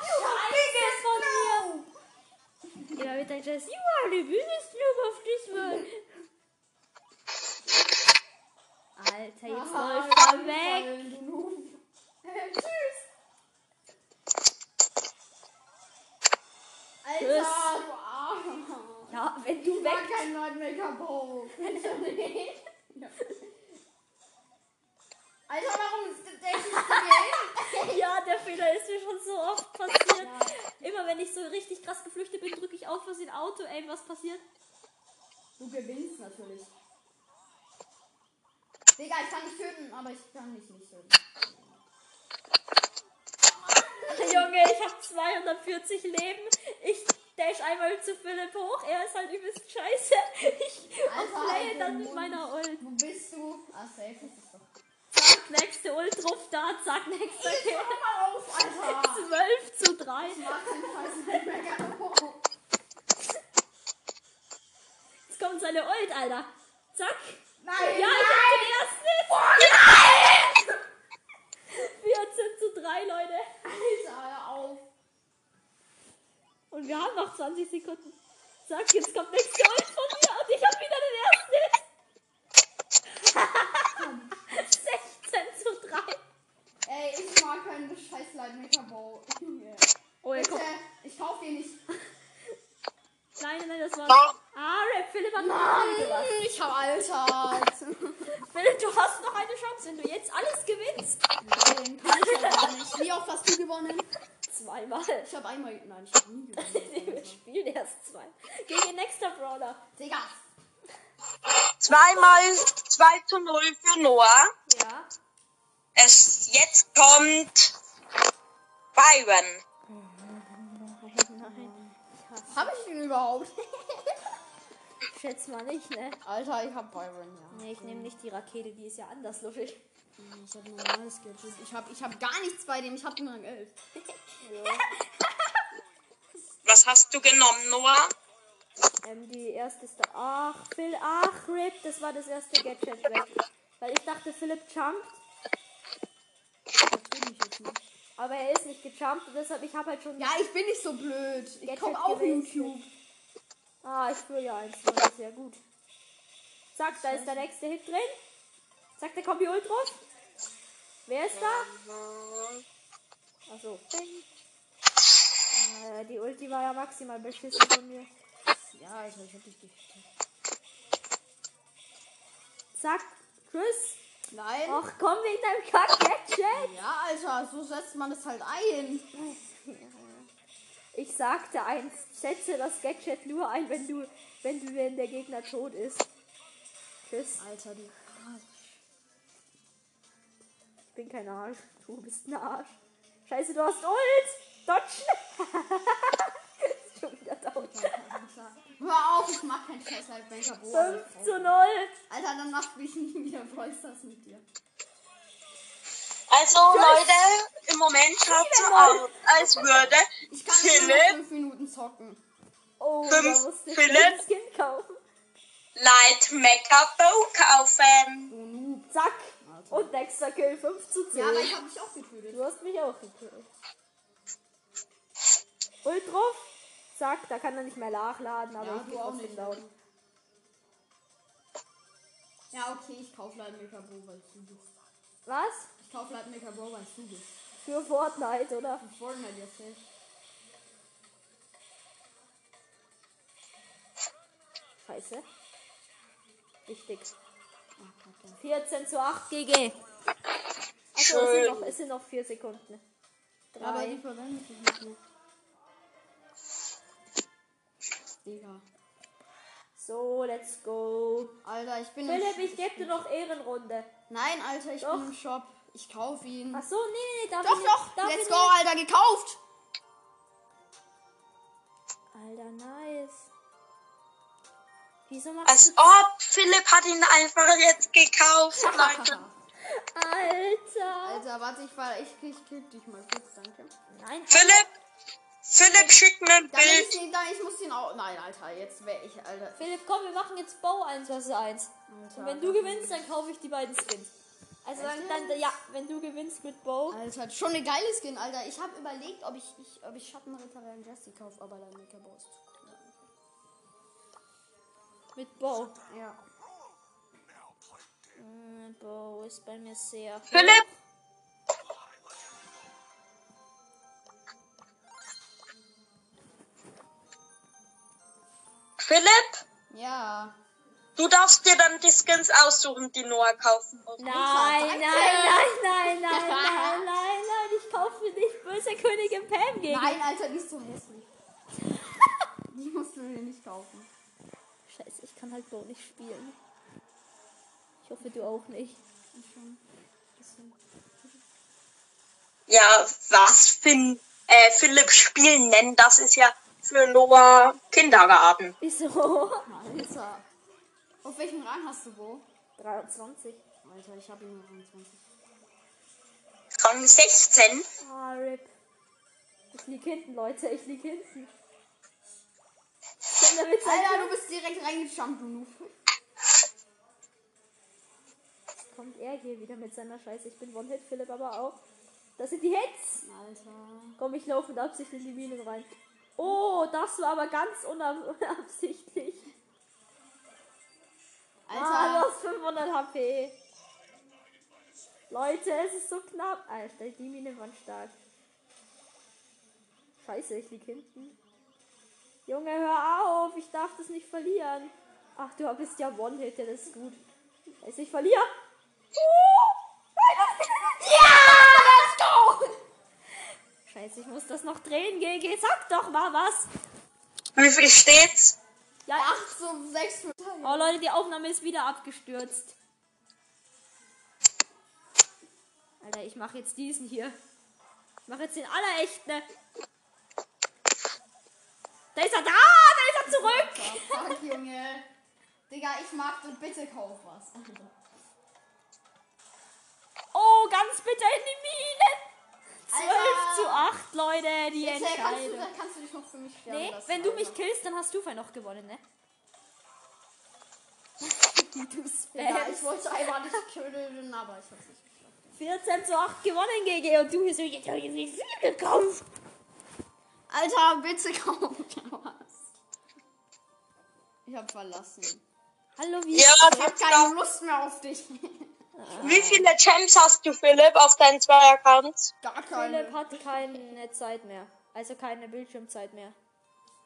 Scheiße von mir! Ja, mit deinem Scheiß. You are the biggest noob of this world. Alter, jetzt läuft er weg.
Tschüss.
Tschüss.
Alter, du Armer.
Ja, wenn du
Ich mag
weg.
keinen neuen Mega-Bow. Alter, warum ist das echt nicht gegeben?
Ja, der Fehler ist mir schon so oft passiert.
Ja.
Immer wenn ich so richtig krass geflüchtet bin, drücke ich auf, was in Auto, ey, was passiert?
Du gewinnst natürlich. Digga, ich kann dich töten, aber ich kann dich nicht töten.
Junge, ich hab 240 Leben. Ich dash einmal zu Philipp hoch. Er ist halt übelst scheiße. Ich
Alter,
playe
Alter,
dann mit
Mund.
meiner Ult.
Wo bist du? Ah, safe ist es doch.
Zack, nächste Ult, ruf da. Zack, nächster
Hör
Kill.
mal auf, Alter!
12 zu 3.
Mach den Scheiß nicht mehr kaputt.
Jetzt kommt seine Ult, Alter. Zack.
Nein!
Ja, ich
Ja.
hab den ersten Hit.
Oh,
14 zu 3, Leute.
Alter, hör auf!
Und wir haben noch 20 Sekunden. Zack, jetzt kommt nächste Ult von mir. Und ich hab wieder den ersten Hit. 16 zu 3.
Ey, ich mag keinen scheiß Lightmaker Bow. Junge.
Oh, er
Bitte,
kommt.
ich kauf den nicht.
Nein, nein, das war.
Doch.
Ah, Rap, Philipp hat
Mann,
noch
ich hab Alter.
Philipp, du hast noch eine Chance, wenn du jetzt alles gewinnst.
Nein, kann ich ja gar nicht. Wie oft hast du gewonnen?
Zweimal.
Ich hab einmal. Nein, ich hab nie
Nee, wir
gewonnen.
spielen erst zwei. Gegen den nächsten Brawler.
Digga!
Zweimal 2 zu 0 für Noah.
Ja.
Es jetzt kommt Byron.
Nein.
Hab ich den überhaupt?
Schätz mal nicht, ne?
Alter, ich hab Byron, ja.
Nee, ich nehme nicht die Rakete, die ist ja anders, luschig.
Ich hab normales Gadget. Ich hab, ich hab gar nichts bei dem. Ich hab nur ein Elf.
Was hast du genommen, Noah?
Ähm, die erste ist da. Ach, Phil, ach, Rip, das war das erste Gadget weg. Weil ich dachte, Philipp jumpt,
Natürlich jetzt nicht.
aber er ist nicht gejumpt und deshalb, ich habe halt schon.
Ja, ich bin nicht so blöd. Ich
Gadget
komm auf
gewählt.
YouTube.
Ah, ich will ja eins, machen, das ist ja gut. Zack, da ist der nächste Hit drin. Zack, da kommt die Ult drauf. Wer ist da? Achso. Äh, die Ulti war ja maximal beschissen von mir.
Ja, Alter, ich hab dich gehittet.
Zack, Chris.
Nein.
Ach komm, wegen deinem Kack-Gadget.
Ja, Alter, so setzt man das halt ein.
Ich sagte eins, setze das Gadget nur ein, wenn du, wenn du, wenn der Gegner tot ist. Tschüss.
Alter, du.
Ich bin kein Arsch. Du bist ein Arsch. Scheiße, du hast Ult. Dodge. Ist Schon wieder down.
Hör auf, ich mach kein scheiß Lightbanker
5 zu 0.
Alter, dann mach ich nie wieder Vollstars mit dir.
Also Leute, im Moment schaut so aus, als würde
Ich kann nicht nur noch
Philipp
fünf Minuten zocken.
Oh, da
Fünf,
musste ich
Philipp.
ein Skin kaufen.
Light Make-up kaufen.
Du Noob.
Zack.
Alter.
Und nächster Kill. 5 zu 10.
Ja, aber ich hab dich auch getötet.
du hast mich auch gekillt. Ult drauf. Zack, da kann er nicht mehr nachladen, aber
Ja,
ich
du
bin
auch
trotzdem
nicht.
down.
Ja, okay, ich kauf Lightmaker Bro, weil du bist.
Was?
Ich kauf Lightmaker Bro, weil du bist.
Für Fortnite, oder?
Fortnite halt jetzt safe.
Scheiße. Wichtig.
Ah,
14 zu 8 GG. Also es sind
Schön.
noch, es sind noch 4 Sekunden.
Aber die
Drei.
verwenden sich nicht mehr. Digga.
So, let's go.
Alter, ich bin
Philipp,
im
ich gebe dir noch Ehrenrunde.
Nein, Alter, ich
Doch.
bin im Shop. Ich kauf ihn.
Ach so, nee, nee, nee, darf ich
doch,
nicht-
doch.
darf
Let's
ich
go,
nicht-
Alter, gekauft.
Alter, nice. Wieso macht
Als ob Philipp hat ihn einfach jetzt gekauft, Leute.
Alter.
Alter, warte, ich war, ich, ich kick dich mal kurz, danke.
Nein,
Philipp, Philipp schickt mir ein
Dann
Bild.
ich, dann, ich muss den auch. Nein, Alter, jetzt wäre ich, Alter.
Philipp, komm, wir machen jetzt Bow 1 vs 1.
Alter,
Und wenn du gewinnst, dann kaufe ich die beiden Skins. Also dann, dann ja, wenn du gewinnst mit Bow.
Alter, Also, schon eine geile Skin, Alter. Ich habe überlegt, ob ich, ich, ob ich Schattenritter und Jesse kaufe, aber dann Maker Boss.
Mit Bow.
Ja.
Äh, Bow ist bei mir sehr.
Philipp, Philipp,
Ja.
du darfst dir dann die Skins aussuchen, die Noah kaufen muss.
Nein, nein,
danke.
nein, nein, nein, nein, nein, nein, ich kaufe mir nicht böse Königin Pam gegen.
Nein, Alter, die ist so hässlich. die musst du dir nicht kaufen.
Scheiße, ich kann halt Bow nicht spielen. Ich hoffe, du auch nicht.
Ich schon. Bisschen.
Ja, was Finn, äh, Philipp spielen nennen, das ist ja für Noah Kindergarten.
Wieso?
Alter. Auf welchen Rang hast du, Bo?
23.
Alter, ich habe ihn nur 21.
Rang 16.
Ah, RIP. Ich lieg hinten, Leute, ich lieg hinten. Komm, damit sein
Alter, du bist direkt reingejumpt, du Noob.
kommt er hier wieder mit seiner Scheiße. Ich bin One-Hit, Philipp aber auch. Das sind die Hits.
Alter.
Komm, ich laufe mit Absicht in die Minen rein. Oh, das war aber ganz unab unabsichtlich. Ah,
Alter.
du hast 500 HP. Leute, es ist so knapp. Alter, die Minen waren stark. Scheiße, ich lieg hinten. Junge, hör auf. Ich darf das nicht verlieren. Ach, du bist ja One-Hitter, das ist gut. Weiß ich verliere.
ja, let's go!
Scheiße, ich muss das noch drehen. GG, sag doch mal was.
Wie viel steht's?
Ja, ach.
8 zu 6 für
Oh Leute, die Aufnahme ist wieder abgestürzt. Alter, ich mache jetzt diesen hier. Ich mache jetzt den allerechten. Da ist er da, da ist er zurück.
Fuck, Junge. Digga, ich mag und bitte kauf was.
Oh, ganz bitter in die Mine. 12
Alter.
zu 8, Leute, die
Bitte, kannst du,
Entscheidung.
kannst du dich noch für mich sterben
Nee,
lassen,
wenn du
Alter.
mich killst, dann hast du vorhin noch gewonnen, ne? du
Digga,
Spam.
ich wollte einfach nicht killen, aber ich hab's nicht geschafft.
14 zu 8 gewonnen, GG. Und du hier so, jetzt hab ich nicht viel gekauft.
Alter, bitte kauf was. Ich hab verlassen.
Hallo, wie?
Ja,
Ich hab
gibt's
keine
doch.
Lust mehr auf dich.
Wie viele Gems hast du, Philipp, auf deinen zwei Accounts?
Gar
Philipp
keine.
hat keine Zeit mehr. Also keine Bildschirmzeit mehr.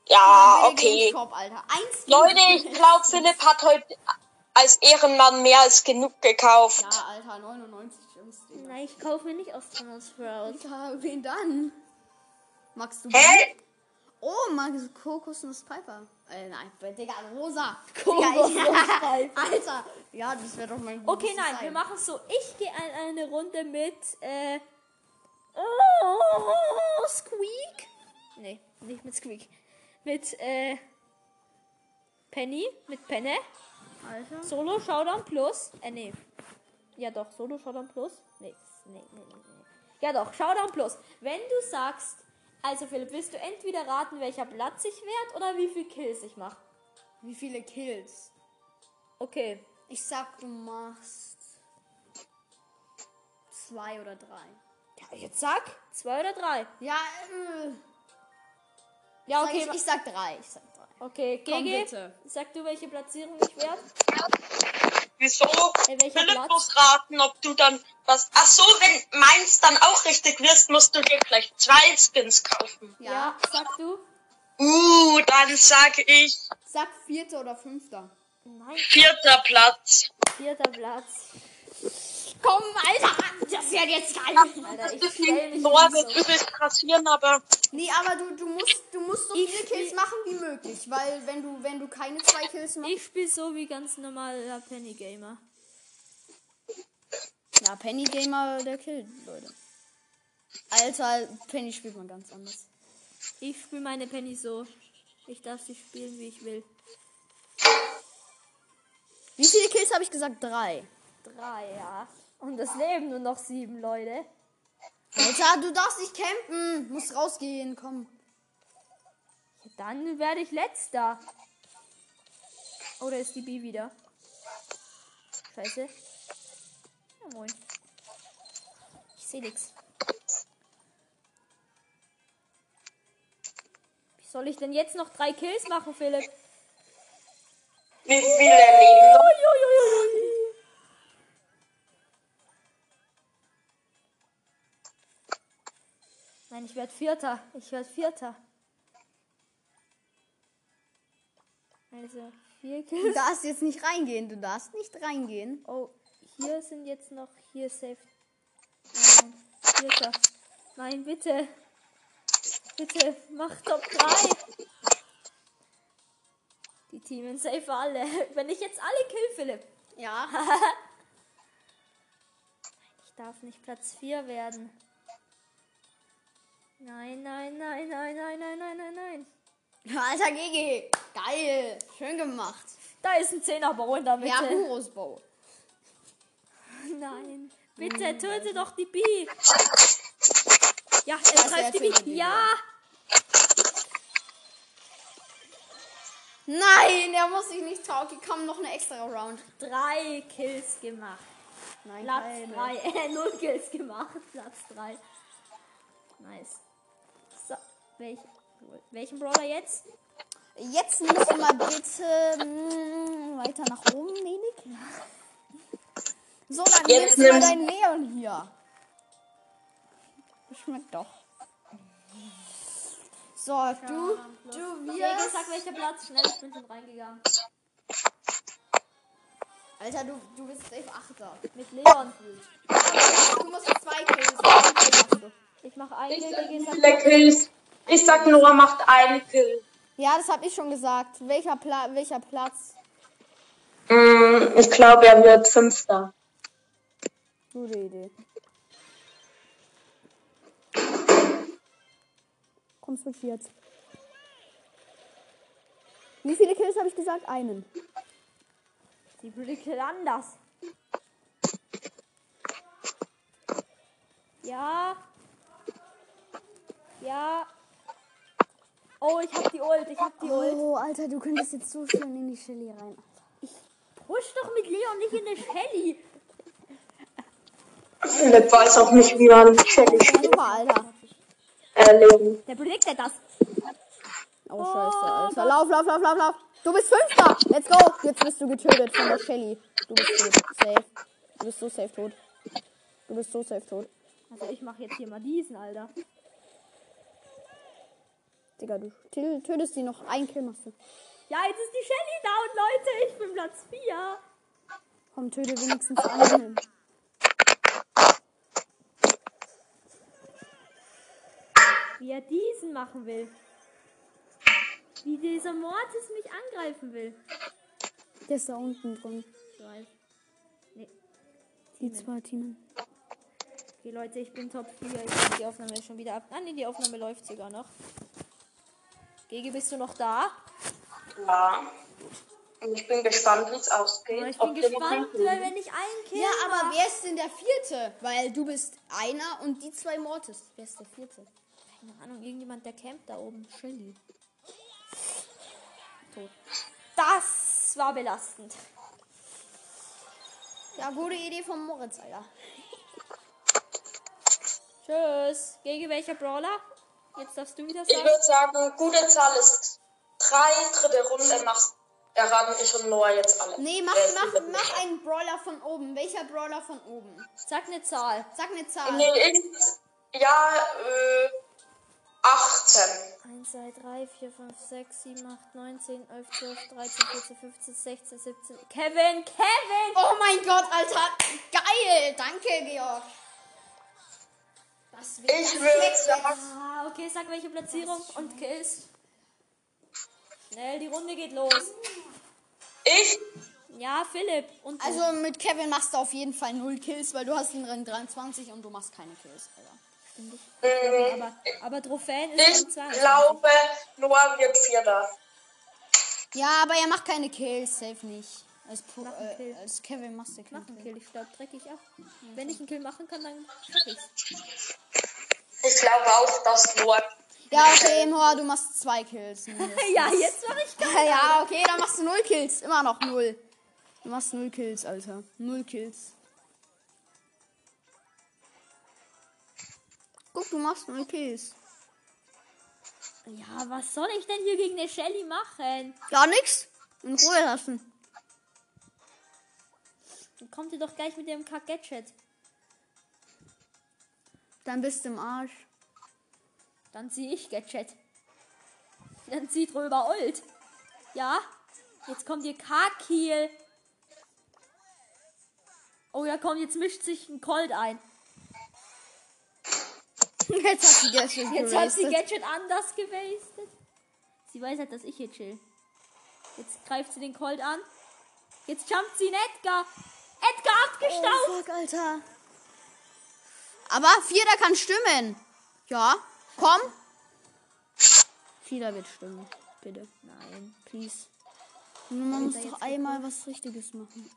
Ja,
Ich will
Ah, okay.
den Shop, Alter. Eins gegen
Leute, ich
eins.
glaube, Philipp hat heute als Ehrenmann mehr als genug gekauft.
Ja, Alter, 99 Gems, Digga.
Nein, ich kaufe mir nicht Astronauts Sprout.
Alter, wen dann? Magst du
Hä?
Oh, Magnus Kokosnuss Piper. Äh, nein, Digga, rosa.
Kokosnuss Piper.
Alter. Ja, das wäre doch mein
Okay,
gutes
nein,
Design.
wir machen es so. Ich gehe an eine Runde mit äh, oh, Squeak. Nee, nicht mit Squeak. Mit äh, Penny, mit Penne.
Alter.
Solo Showdown Plus. Äh, nee. Ja doch, Solo Showdown Plus. Nee, nee, nee, nee. nee. Ja doch, Showdown Plus. Wenn du sagst, also Philipp, willst du entweder raten, welcher Platz ich werde oder wie viel Kills ich mache?
Wie viele Kills?
Okay.
Ich sag, du machst zwei oder drei.
Ja, jetzt sag. Zwei oder drei?
Ja, äh,
Ja,
sag
okay.
ich, ich sag drei. Ich sag drei.
okay,
Komm,
GG.
bitte.
Sag du, welche Platzierung ich werde?
Wieso?
Äh, welcher
Philipp
Platz?
muss raten, ob du dann was. Ach so, wenn meins dann auch richtig wirst, musst du dir gleich zwei Skins kaufen.
Ja.
sag du.
Uh, dann sag ich
Sag vierter oder fünfter.
Nein.
vierter Platz.
Vierter Platz.
Komm, Alter, das wird jetzt geil.
Alter, ich
Das ist
stell mich
nicht
nicht
Norbert
so.
übelst kassieren, aber
Nee, aber du, du musst, du musst so
Ich
viele
spiel-
Kills machen wie möglich, weil wenn du, wenn du keine zwei Kills machst.
Ich spiele so wie ganz normaler Penny Gamer.
Ja, Penny Gamer, der killt, Leute. Alter, Penny spielt man ganz anders.
Ich spiele meine Penny so. Ich darf sie spielen, wie ich will.
Wie viele Kills habe ich gesagt? Drei.
Drei, ja. Und es leben nur noch sieben Leute.
Alter, du darfst nicht campen. Musst rausgehen, komm.
Dann werde ich letzter. Oder ist die B wieder? Scheiße. Ja, moin. Ich sehe nix. Wie soll ich denn jetzt noch drei Kills machen, Philipp?
wie viel erleben noch?
Nein, ich werde Vierter. Ich werde Vierter. Also, vier Kills.
Du darfst jetzt nicht reingehen. Du darfst nicht reingehen.
Oh, hier sind jetzt noch. Hier safe. Nein, vierter. Nein, bitte. Bitte, mach Top 3. Die Teamen safe alle. Wenn ich jetzt alle kill, Philipp.
Ja.
Ich darf nicht Platz 4 werden. Nein, nein, nein, nein, nein, nein, nein, nein, nein.
Alter, GG. Geil. Schön gemacht.
Da ist ein 10er Bau in der Mitte.
Ja, Horusbau.
Nein. Bitte, töte doch die Bi. Ja, er
er
greift die Bi.
tötet die
Ja.
Nein, der muss sich nicht trauen. Komm, noch eine extra Round.
Drei Kills gemacht.
Nein,
Platz 3. Äh, 0 Kills gemacht. Platz 3. Nice. So, welch, welchen Brawler jetzt?
Jetzt musst du mal bitte mm, weiter nach oben, wenig. So, dann
Jetzt
nimmst du mal
nimm-
deinen Leon hier. Das schmeckt doch. So, du, du,
Wie
wir.
gesagt, welcher Platz? Schnell, ich bin schon reingegangen.
Alter, du, du bist safe Achter.
Mit Leon.
Du musst zwei Kills machen.
Ich mache einen
Ich
Kill
sag,
gegen
wie viele Kills? Ich sag, Noah macht einen Kill.
Ja, das habe ich schon gesagt. Welcher, Pla welcher Platz?
Mm, Ich glaube, er wird Fünfter.
Gute Idee. Komm, switch jetzt. Wie viele Kills habe ich gesagt? Einen.
Die Blicke anders. Ja. Ja. Oh, ich hab die Ult, ich hab die Ult.
Oh, Alter, du könntest jetzt so schön in die Shelly rein.
Push doch mit Leon nicht in eine Shelly.
Philipp weiß auch nicht, wie man Shelly
Ja, super, Alter.
erleben.
Der blickt er das.
Oh, scheiße, Alter. Lauf, lauf, lauf, lauf, lauf. Du bist Fünfter. Let's go. Jetzt bist du getötet von der Shelly. Du bist tot. Safe. Du bist so safe tot. Du bist so safe tot.
Also ich mach jetzt hier mal diesen, Alter.
Digga, du tö- tötest die noch. Ein Kill machst du.
Ja, jetzt ist die Shelly down, Leute. Ich bin Platz 4.
Komm, töte wenigstens einen.
Wie er diesen machen will. Wie dieser Mortis mich angreifen will.
Der ist da unten drin.
Ich weiß. Nee.
Die zwei Teamen.
Okay, Leute, ich bin Top 4. Ich hab die Aufnahme schon wieder ab. Ah, nee, die Aufnahme läuft sogar noch. Gege, bist du noch da?
Ja. Und ich bin gespannt, wie es
Aber
ausgeht.
ich
ob
bin
wir die
gespannt,
Punkte
weil
holen.
wenn ich einen Kill
Ja, aber
mach-
wer ist denn der vierte? Weil du bist einer und die zwei Mortis. Wer ist der vierte?
Keine Ahnung, irgendjemand, der campt da oben. Shelly. Tot. Das war belastend.
Ja, gute Idee von Moritz, Alter.
Tschüss. Gegen welcher Brawler? Jetzt darfst du wieder
Ich
sagen.
würde sagen, gute Zahl ist drei, dritte Runde machst, erraten ich und Noah jetzt alle.
Nee, mach,
Wer ist
mach,
überhaupt-
mach einen Brawler von oben. Welcher Brawler von oben?
Sag eine Zahl.
Sag eine Zahl.
Nee, irgend- ja, äh, acht. 13.
1, 2, 3, 4, 5, 6, 7, 8, 9, 10, 11, 12, 13, 14, 15, 16, 17. Kevin, Kevin!
Oh mein Gott, Alter. Geil. Danke, Georg. Das wird
Ich würde sagen,
Ah, okay, sag welche Platzierung und Kills. Schnell, die Runde geht los.
ich,
Ja, Philipp. Und du.
Also mit Kevin machst du auf jeden Fall null Kills, weil du hast einen Rang 23 und du machst keine Kills, Alter.
mh,
aber, aber Trophäen ist
mm, ich
schon 20.
glaube, Noah wird Vierter.
Ja, aber er macht keine Kills, safe nicht. Als, Pu
einen
äh,
Kill.
als Kevin machst du keinen
Mach einen
Kill.
Kill, ich glaube, dreck ich ab. Wenn ich einen Kill machen kann, dann schaff ich's.
Ich glaube auch, dass Noah.
Ja, okay, Noah, du machst zwei Kills. mindestens.
Ja, jetzt mach ich
ja, ja, okay, dann machst du null Kills. Immer noch null. Du machst null Kills, Alter. Null Kills. Guck, du machst null Kills.
Ja, was soll ich denn hier gegen eine Shelly machen?
Ja, nix. In Ruhe lassen.
Dann kommt ihr doch gleich mit dem Kack-Gadget.
Dann bist du im Arsch.
Dann zieh ich Gadget. Dann zieht Röber Old. Ja? Jetzt kommt ihr K-Kiel. Oh ja, komm, jetzt mischt sich ein Colt ein.
Jetzt hat sie Gadget
Jetzt hat sie
gewastet.
Gadget anders gewastet. Sie weiß halt, dass ich hier chill. Jetzt greift sie den Colt an. Jetzt jumpt sie in Edgar. Edgar abgestaubt.
Oh, fuck, Alter. Aber Vierter kann stimmen. Ja, komm. Vierter wird stimmen. Bitte.
Nein.
Please. Und man muss doch einmal was Richtiges machen.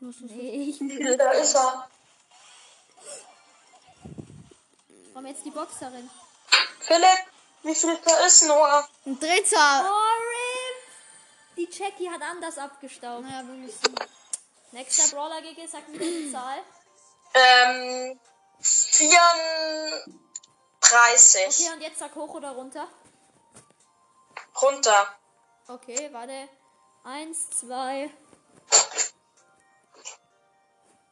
Muss es-
Nee, ich
Da ist er.
komm jetzt die Boxerin.
Philipp, wie viel da ist Noah?
Ein Dritter.
Orim! Die Jackie hat anders abgestaubt.
Naja, würde ich sagen.
Nächster Brawler GG, sag mir die Zahl.
Ähm, 34.
Okay, und jetzt sag hoch oder runter.
Runter.
Okay, warte. Eins, zwei,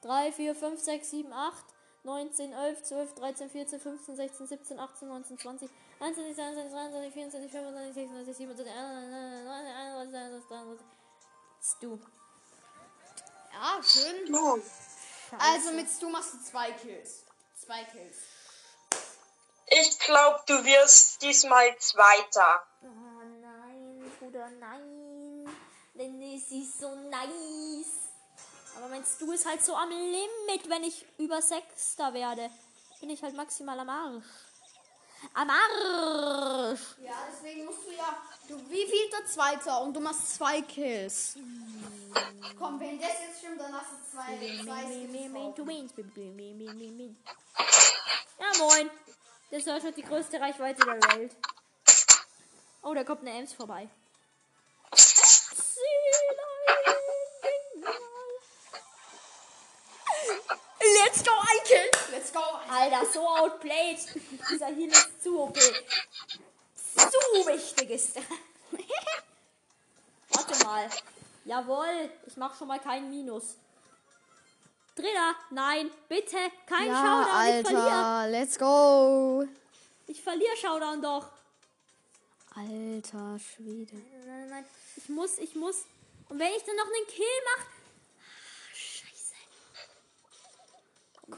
drei, vier, fünf, sechs, sieben, acht, neun, zehn, elf, zwölf, dreizehn, vierzehn, fünfzehn, sechzehn, siebzehn, achtzehn, neunzehn, zwanzig, einundzwanzig, zweiundzwanzig, dreiundzwanzig, vierundzwanzig, fünfundzwanzig, sechsundzwanzig, siebenundzwanzig, einundzwanzig, einundzwanzig, einundzwanzig, dreiundzwanzig. Bist Du.
Ja, schön. Also mit Stu machst du zwei Kills. Zwei Kills.
Ich glaube, du wirst diesmal Zweiter.
Oh nein, Bruder, nein. Denn es ist so nice. Aber meinst du, ist halt so am Limit, wenn ich über Sechster werde. Bin ich halt maximal am Arsch. Am Arsch!
Ja, deswegen musst du ja. Du, wie viel der Zweiter? Und du machst zwei Kills. Komm, wenn das jetzt stimmt, dann hast du zwei, zwei
Me, me, me,
Kills.
du means, me, me, me, me, me, me. Ja, moin. Der Search hat die größte Reichweite der Welt. Oh, da kommt eine Ems vorbei.
Let's go, ein Kill. Let's go.
Alter, so outplayed. Dieser Heal ist zu OP. Zu wichtig ist er. Warte mal. Jawohl, ich mach schon mal keinen Minus. Dritter, nein, bitte, kein Showdown. Ich verliere.
let's go.
Ich verliere Showdown doch.
Alter Schwede.
Nein, nein, nein. Ich muss, ich muss. Und wenn ich dann noch einen Kill mache.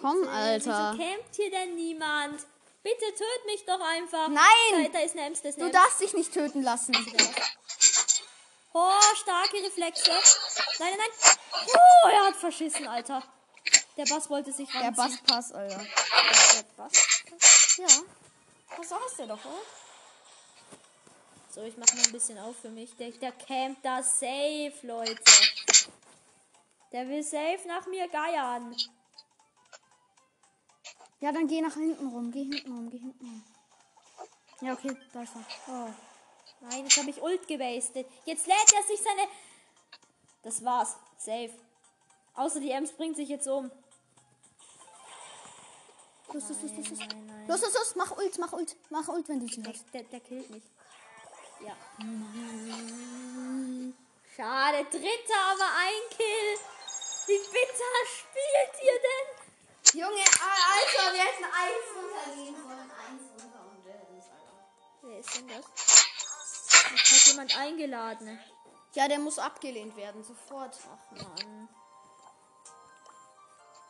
Komm,
Wieso campt hier denn niemand? Bitte töt mich doch einfach.
Nein!
Da, da ist eine Ems, da ist eine
Du
Ems.
darfst dich nicht töten lassen.
Oh, starke Reflexe. Nein, nein, nein. Oh, er hat verschissen, Alter. Der Bass wollte sich
Der
ranziehen.
Basspass, Alter.
Der Bass.
Ja. Was hast du doch, oder?
So, ich mache mal ein bisschen auf für mich. Der, der campt da safe, Leute. Der will safe nach mir geiern.
Ja, dann geh nach hinten rum. Geh hinten rum, geh hinten rum. Ja, okay, da ist er.
Oh. Nein, jetzt habe ich Ult gewastet. Jetzt lädt er sich seine... Das war's. Safe. Außer die Ems bringt sich jetzt um.
Los, los, los, los, los. Los, los, los, mach Ult, mach Ult, mach Ult, wenn du sie
Der,
hast.
der, der killt mich. Ja. Schade, dritter, aber ein Kill. Wie bitter spielt ihr denn?
ah, Junge, Alter, wir hätten eins runtergehen sollen. Eins runter und der ist, Alter.
jemand eingeladen.
Ja, der muss abgelehnt werden, sofort.
Ach man.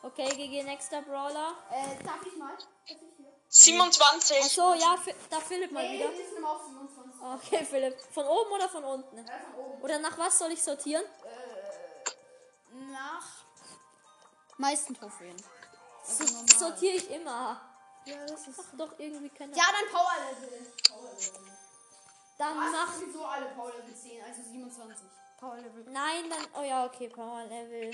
Okay, GG, nächster Brawler.
Äh, darf ich mal? Darf ich hier? Also-
27.
Achso, ja, Fi- da Philipp mal
Nee,
wieder.
wir sind auf 27.
Okay, Philipp. Von oben oder von unten?
Ja, von oben.
Oder nach was soll ich sortieren?
Nach meisten Trophäen.
So, sortiere ich immer.
Ja, das ist.
Mach doch irgendwie keine.
Ja, dann Power Level. Power Level.
dann mach.
Mach sowieso alle Power Level 10, also 27. Power Level.
Nein, dann. Oh ja, okay, Power Level.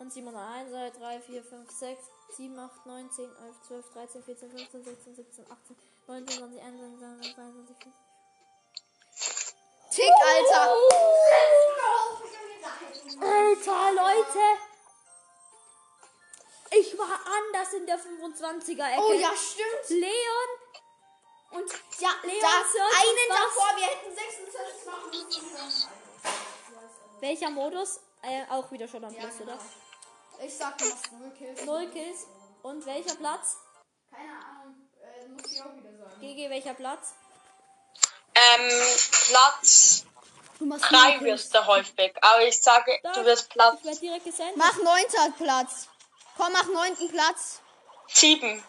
Und 7 1, 2, 3, 4, 5, 6, 7, 8, 9, 10, 11, 12, 13, 14, 15, 16, 17, 18, 19, 20, 21, 22, 23, 24.
Tick, Alter!
Alter, Leute! Ich war anders in der 25er-Ecke.
Oh ja, stimmt!
Leon und
Ja,
Leon
da,
Search
einen
was?
davor, wir hätten 26 machen müssen.
welcher Modus? Äh, auch wieder schon am Plus,
genau.
oder?
Ich sag, du hast null Kills.
Null Kills. Und welcher Platz?
Keine Ahnung, äh, muss ich auch wieder sagen.
GG, welcher Platz?
Ähm, Platz
Du machst
3 wirst du häufig. Aber ich sage,
Da.
du wirst Platz
Ich werde direkt gesendet.
Mach neunter Platz. Komm, mach neunten Platz.
7.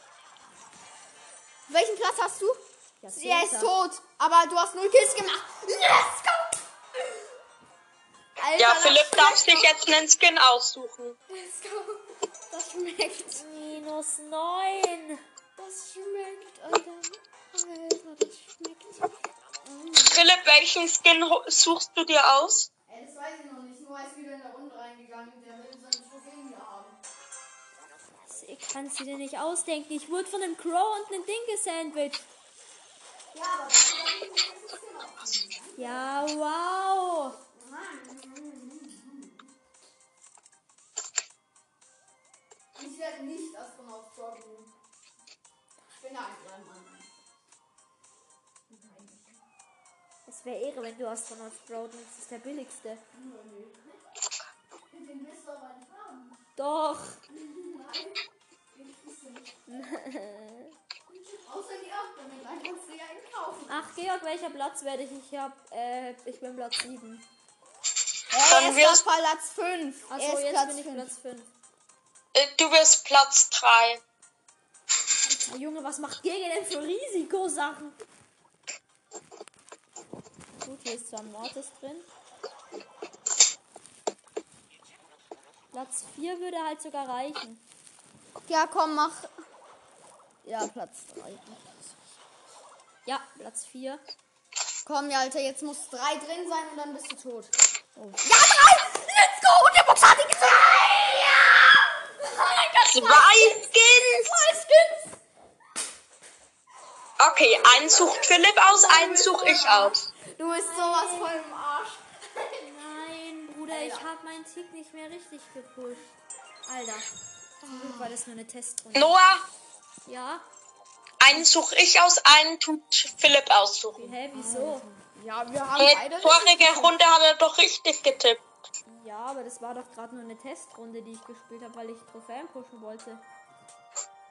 Welchen Platz hast du?
Ja,
Er ist
Zehnter.
tot, aber du hast null Kills gemacht. Let's go! Alter,
Ja,
das
Philipp
schmeckt
darf sich
doch.
jetzt einen Skin aussuchen.
Let's go. Das schmeckt.
Minus 9.
Das schmeckt, Alter. Alter, das schmeckt.
Philipp, welchen Skin ho- suchst du dir aus?
Ey, das weiß ich noch nicht. Nur als wieder in der Runde reingegangen, der will seine Trophäen hier haben.
Das- Ich kann es dir nicht ausdenken. Ich wurde von einem Crow und einem Ding gesandwiched.
Ja, aber das ist doch nicht das System aufgenommen.
Ja, wow.
Ich werde nicht Astronaut Jordan. Ich bin ein Ehrenmann.
Es wäre Ehre, wenn du Astronaut Sprout nimmst. Das ist der billigste.
Den willst du aber nicht haben.
Doch.
Außer die Erdbeeren, dann kannst du ja einen kaufen.
Ach, Georg, welcher Platz werde ich? Ich hab, äh, ich bin Platz 7.
Dann
Er ist
wirst-
auf Platz 5.
Achso,
er ist
Also, jetzt
Platz
bin ich
5.
Platz 5.
Äh, Du wirst Platz 3.
Ja, Junge, was macht Gegner denn für Risikosachen? Gut, hier ist zwar Mortis drin. Platz 4 würde halt sogar reichen.
Ja, komm, mach.
Ja, Platz 3.
Ja, Platz 4.
Komm, ja, Alter, jetzt muss 3 drin sein und dann bist du tot. Oh.
Let's go! Und der Box hat ihn
Zwei Skins! Okay, einen sucht Philipp aus, einen suche ich aus.
Du bist sowas voll im Arsch.
Nein, Bruder, ich habe meinen Tick nicht mehr richtig gepusht. Alter. Zum Glück war das nur eine Testrunde.
Noah,
Ja?
einen suche ich aus, einen tut Philipp aussuchen.
Hä, wieso?
Ja, wir haben
In
beide.
vorige Runde hat er doch richtig getippt.
Ja, aber das war doch gerade nur eine Testrunde, die ich gespielt habe, weil ich Trophäen pushen wollte.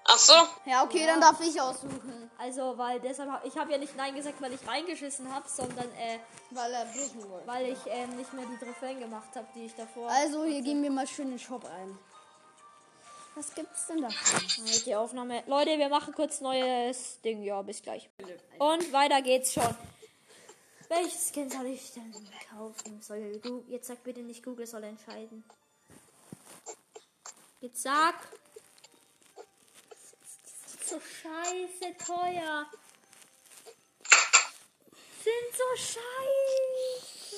Ach so.
Ja, okay, dann darf ich aussuchen.
Also, weil deshalb, hab- ich habe ja nicht Nein gesagt, weil ich reingeschissen habe, sondern äh,
Weil er bloßen wollte.
weil ich äh, nicht mehr die Trophäen gemacht habe, die ich davor.
Also, hier gehen wir mal schön in den Shop ein. Was gibt's denn da?
Halt die Aufnahme. Leute, wir machen kurz neues Ding. Ja, bis gleich. Und weiter geht's schon. Welches Skin soll ich denn kaufen? Soll Google, jetzt sag bitte nicht Google soll entscheiden. Jetzt sag. So scheiße teuer. Sind so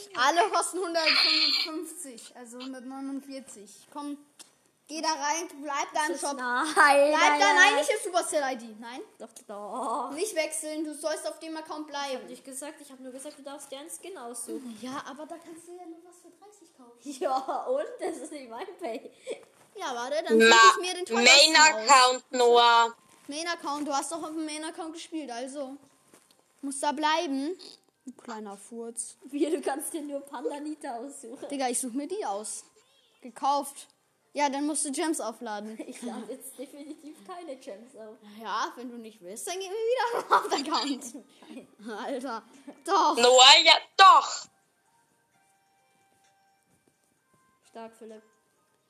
scheiße.
Alle kosten 155, also 149. Komm, geh da rein, bleib da im Shop.
Nein.
Bleib
Bleib
da, nein, nicht im Supercell-ID. Nein,
Doch, doch.
nicht wechseln, du sollst auf dem Account
Hab
bleiben.
ich gesagt, ich habe nur gesagt, du darfst dir einen Skin aussuchen.
Ja, aber da kannst du ja nur was für 30 kaufen.
Ja, und? Das ist nicht mein Pay.
Ja, warte, dann suche
Ma
ich mir den teuersten
Main
aus.
Account, Noah.
Main-Account, du hast doch auf dem Main-Account gespielt, also. Musst da bleiben. Du kleiner Furz.
Wie, du kannst dir nur Pandanita aussuchen.
Digga, ich suche mir die aus. Gekauft. Ja, dann musst du Gems aufladen.
Ich lade jetzt definitiv keine Gems auf.
Ja, wenn du nicht willst, dann gehen wir wieder auf den Hauptaccount. Alter. Doch.
Noah, ja, doch.
Stark, Philipp.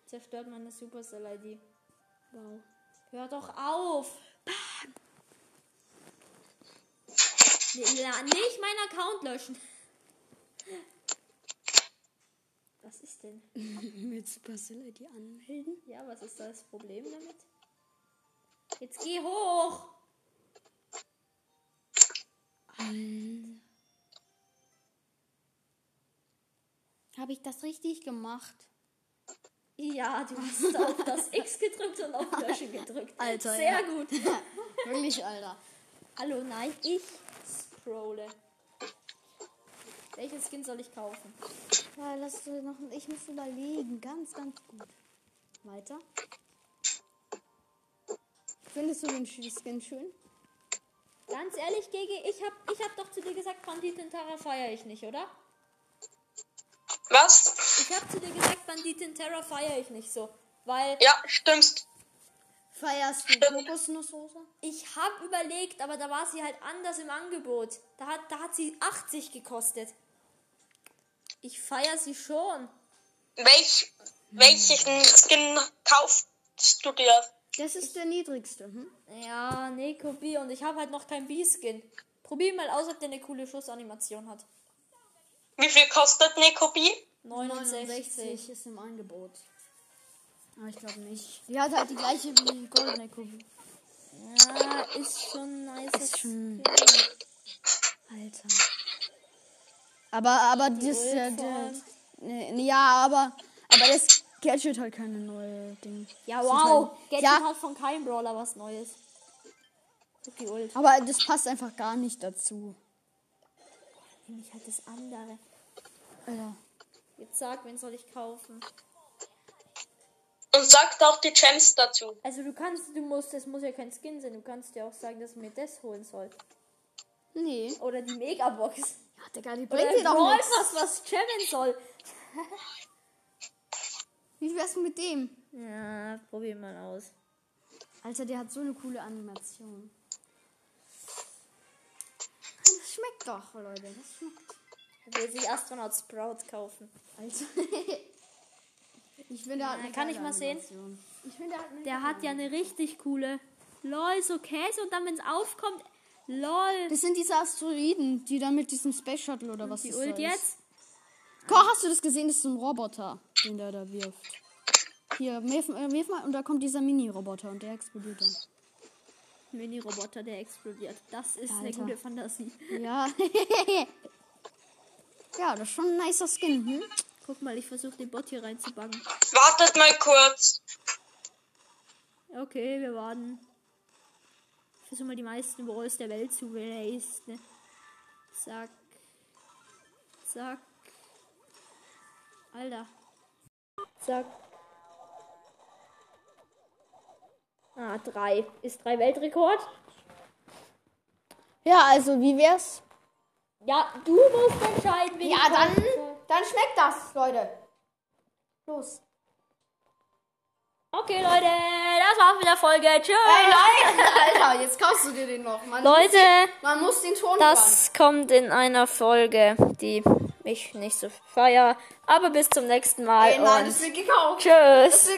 Zerstört meine Supercell-ID. Wow. Hör doch auf! Nee, la- nicht meinen Account löschen. Was ist denn?
Mit Supercell die anmelden?
Ja, was ist das Problem damit? Jetzt geh hoch!
Habe ich das richtig gemacht?
Ja, du hast auf das X gedrückt und auf Löschen gedrückt.
Alter,
Sehr
ja.
gut.
Wirklich, Alter.
Hallo, nein, ich scrolle. Welchen Skin soll ich kaufen?
Ja, lass uns noch, ich muss überlegen. Ganz, ganz gut. Weiter. Findest du den Skin schön?
Ganz ehrlich, Gigi, ich hab, ich hab doch zu dir gesagt, Banditin Terra feiere ich nicht, oder?
Was?
Ich hab zu dir gesagt, Banditin Terra feiere ich nicht so. Weil
Ja, stimmst.
Feierst du Kokosnusssoße?
ich hab überlegt, aber da war sie halt anders im Angebot. Da hat, da hat sie 80 gekostet. Ich feiere sie schon.
Welch, welchen Skin kaufst du dir?
Das ist der niedrigste. Hm?
Ja, Neko B. Und ich habe halt noch kein B-Skin. Probier mal aus, ob der eine coole Schussanimation hat.
Wie viel kostet Nekobi?
69.
ist im Angebot. Aber ich glaube nicht. Die hat halt die gleiche wie Goldene Kugel.
Ja, ist schon nice. Ist
schon-
Skin.
Alter. Aber, aber das,
Ult
äh,
vor
der,
allem.
nee, nee, ja, aber, aber das Gadget hat keine neue Ding.
Ja,
Das
wow.
sind Halt,
Gadget
ja,
hat von keinem Brawler was Neues. Guck die Ult.
aber das passt einfach gar nicht dazu.
Nimm ich halt das andere.
Alter.
Jetzt sag, wen soll ich kaufen?
Und sagt auch die Gems dazu.
Also du kannst, du musst, es muss ja kein Skin sein. Du kannst ja auch sagen, dass du mir das holen soll.
Nee.
Oder die Megabox.
Ja, Digga, die
Oder
bringt dir doch
Brawl
nichts.
Pass, was jammen soll.
Wie wär's mit dem?
Ja, probier mal aus.
Alter, der hat so eine coole Animation. Das schmeckt doch, Leute. Das schmeckt.
Will sich Astronaut Sprout kaufen.
Alter. ich finde, der hat eine
kann ich
geile
mal sehen?
Animation. Ich finde, der hat eine
Der hat ja eine richtig coole. Lol, so Käse und dann, wenn es aufkommt. Lol.
Das sind diese Asteroiden, die dann mit diesem Space Shuttle oder was
Die
das
Ult
da Ist.
jetzt.
Ko, hast du das gesehen? Das ist so ein Roboter, den der da wirft. Hier, wirf, äh, wirf mal und da kommt dieser Mini-Roboter und der explodiert dann.
Mini-Roboter, der explodiert. Das ist eine
Alter.
gute Fantasie.
Ja. ja, das ist schon ein nicer Skin, hm?
Guck mal, ich versuche den Bot hier reinzubacken.
Wartet mal kurz.
Okay, wir warten. Ich versuche mal die meisten Brawls der Welt zu wasten. Zack. Zack. Alter. Zack. Ah, drei. Ist drei Weltrekord?
Ja, also wie wär's?
Ja, du musst entscheiden, wen
Ja,
du
dann,
kaufen sollst.
dann schmeckt das, Leute. Los.
Okay, Leute, das war's mit der Folge. Tschüss.
Alter, jetzt kaufst du dir den noch. Man,
Leute.
man muss den Ton hören.
Das kommt in einer Folge, die ich nicht so feier. Aber bis zum nächsten Mal
Ey, nein,
und
das wird gekauft.
tschüss.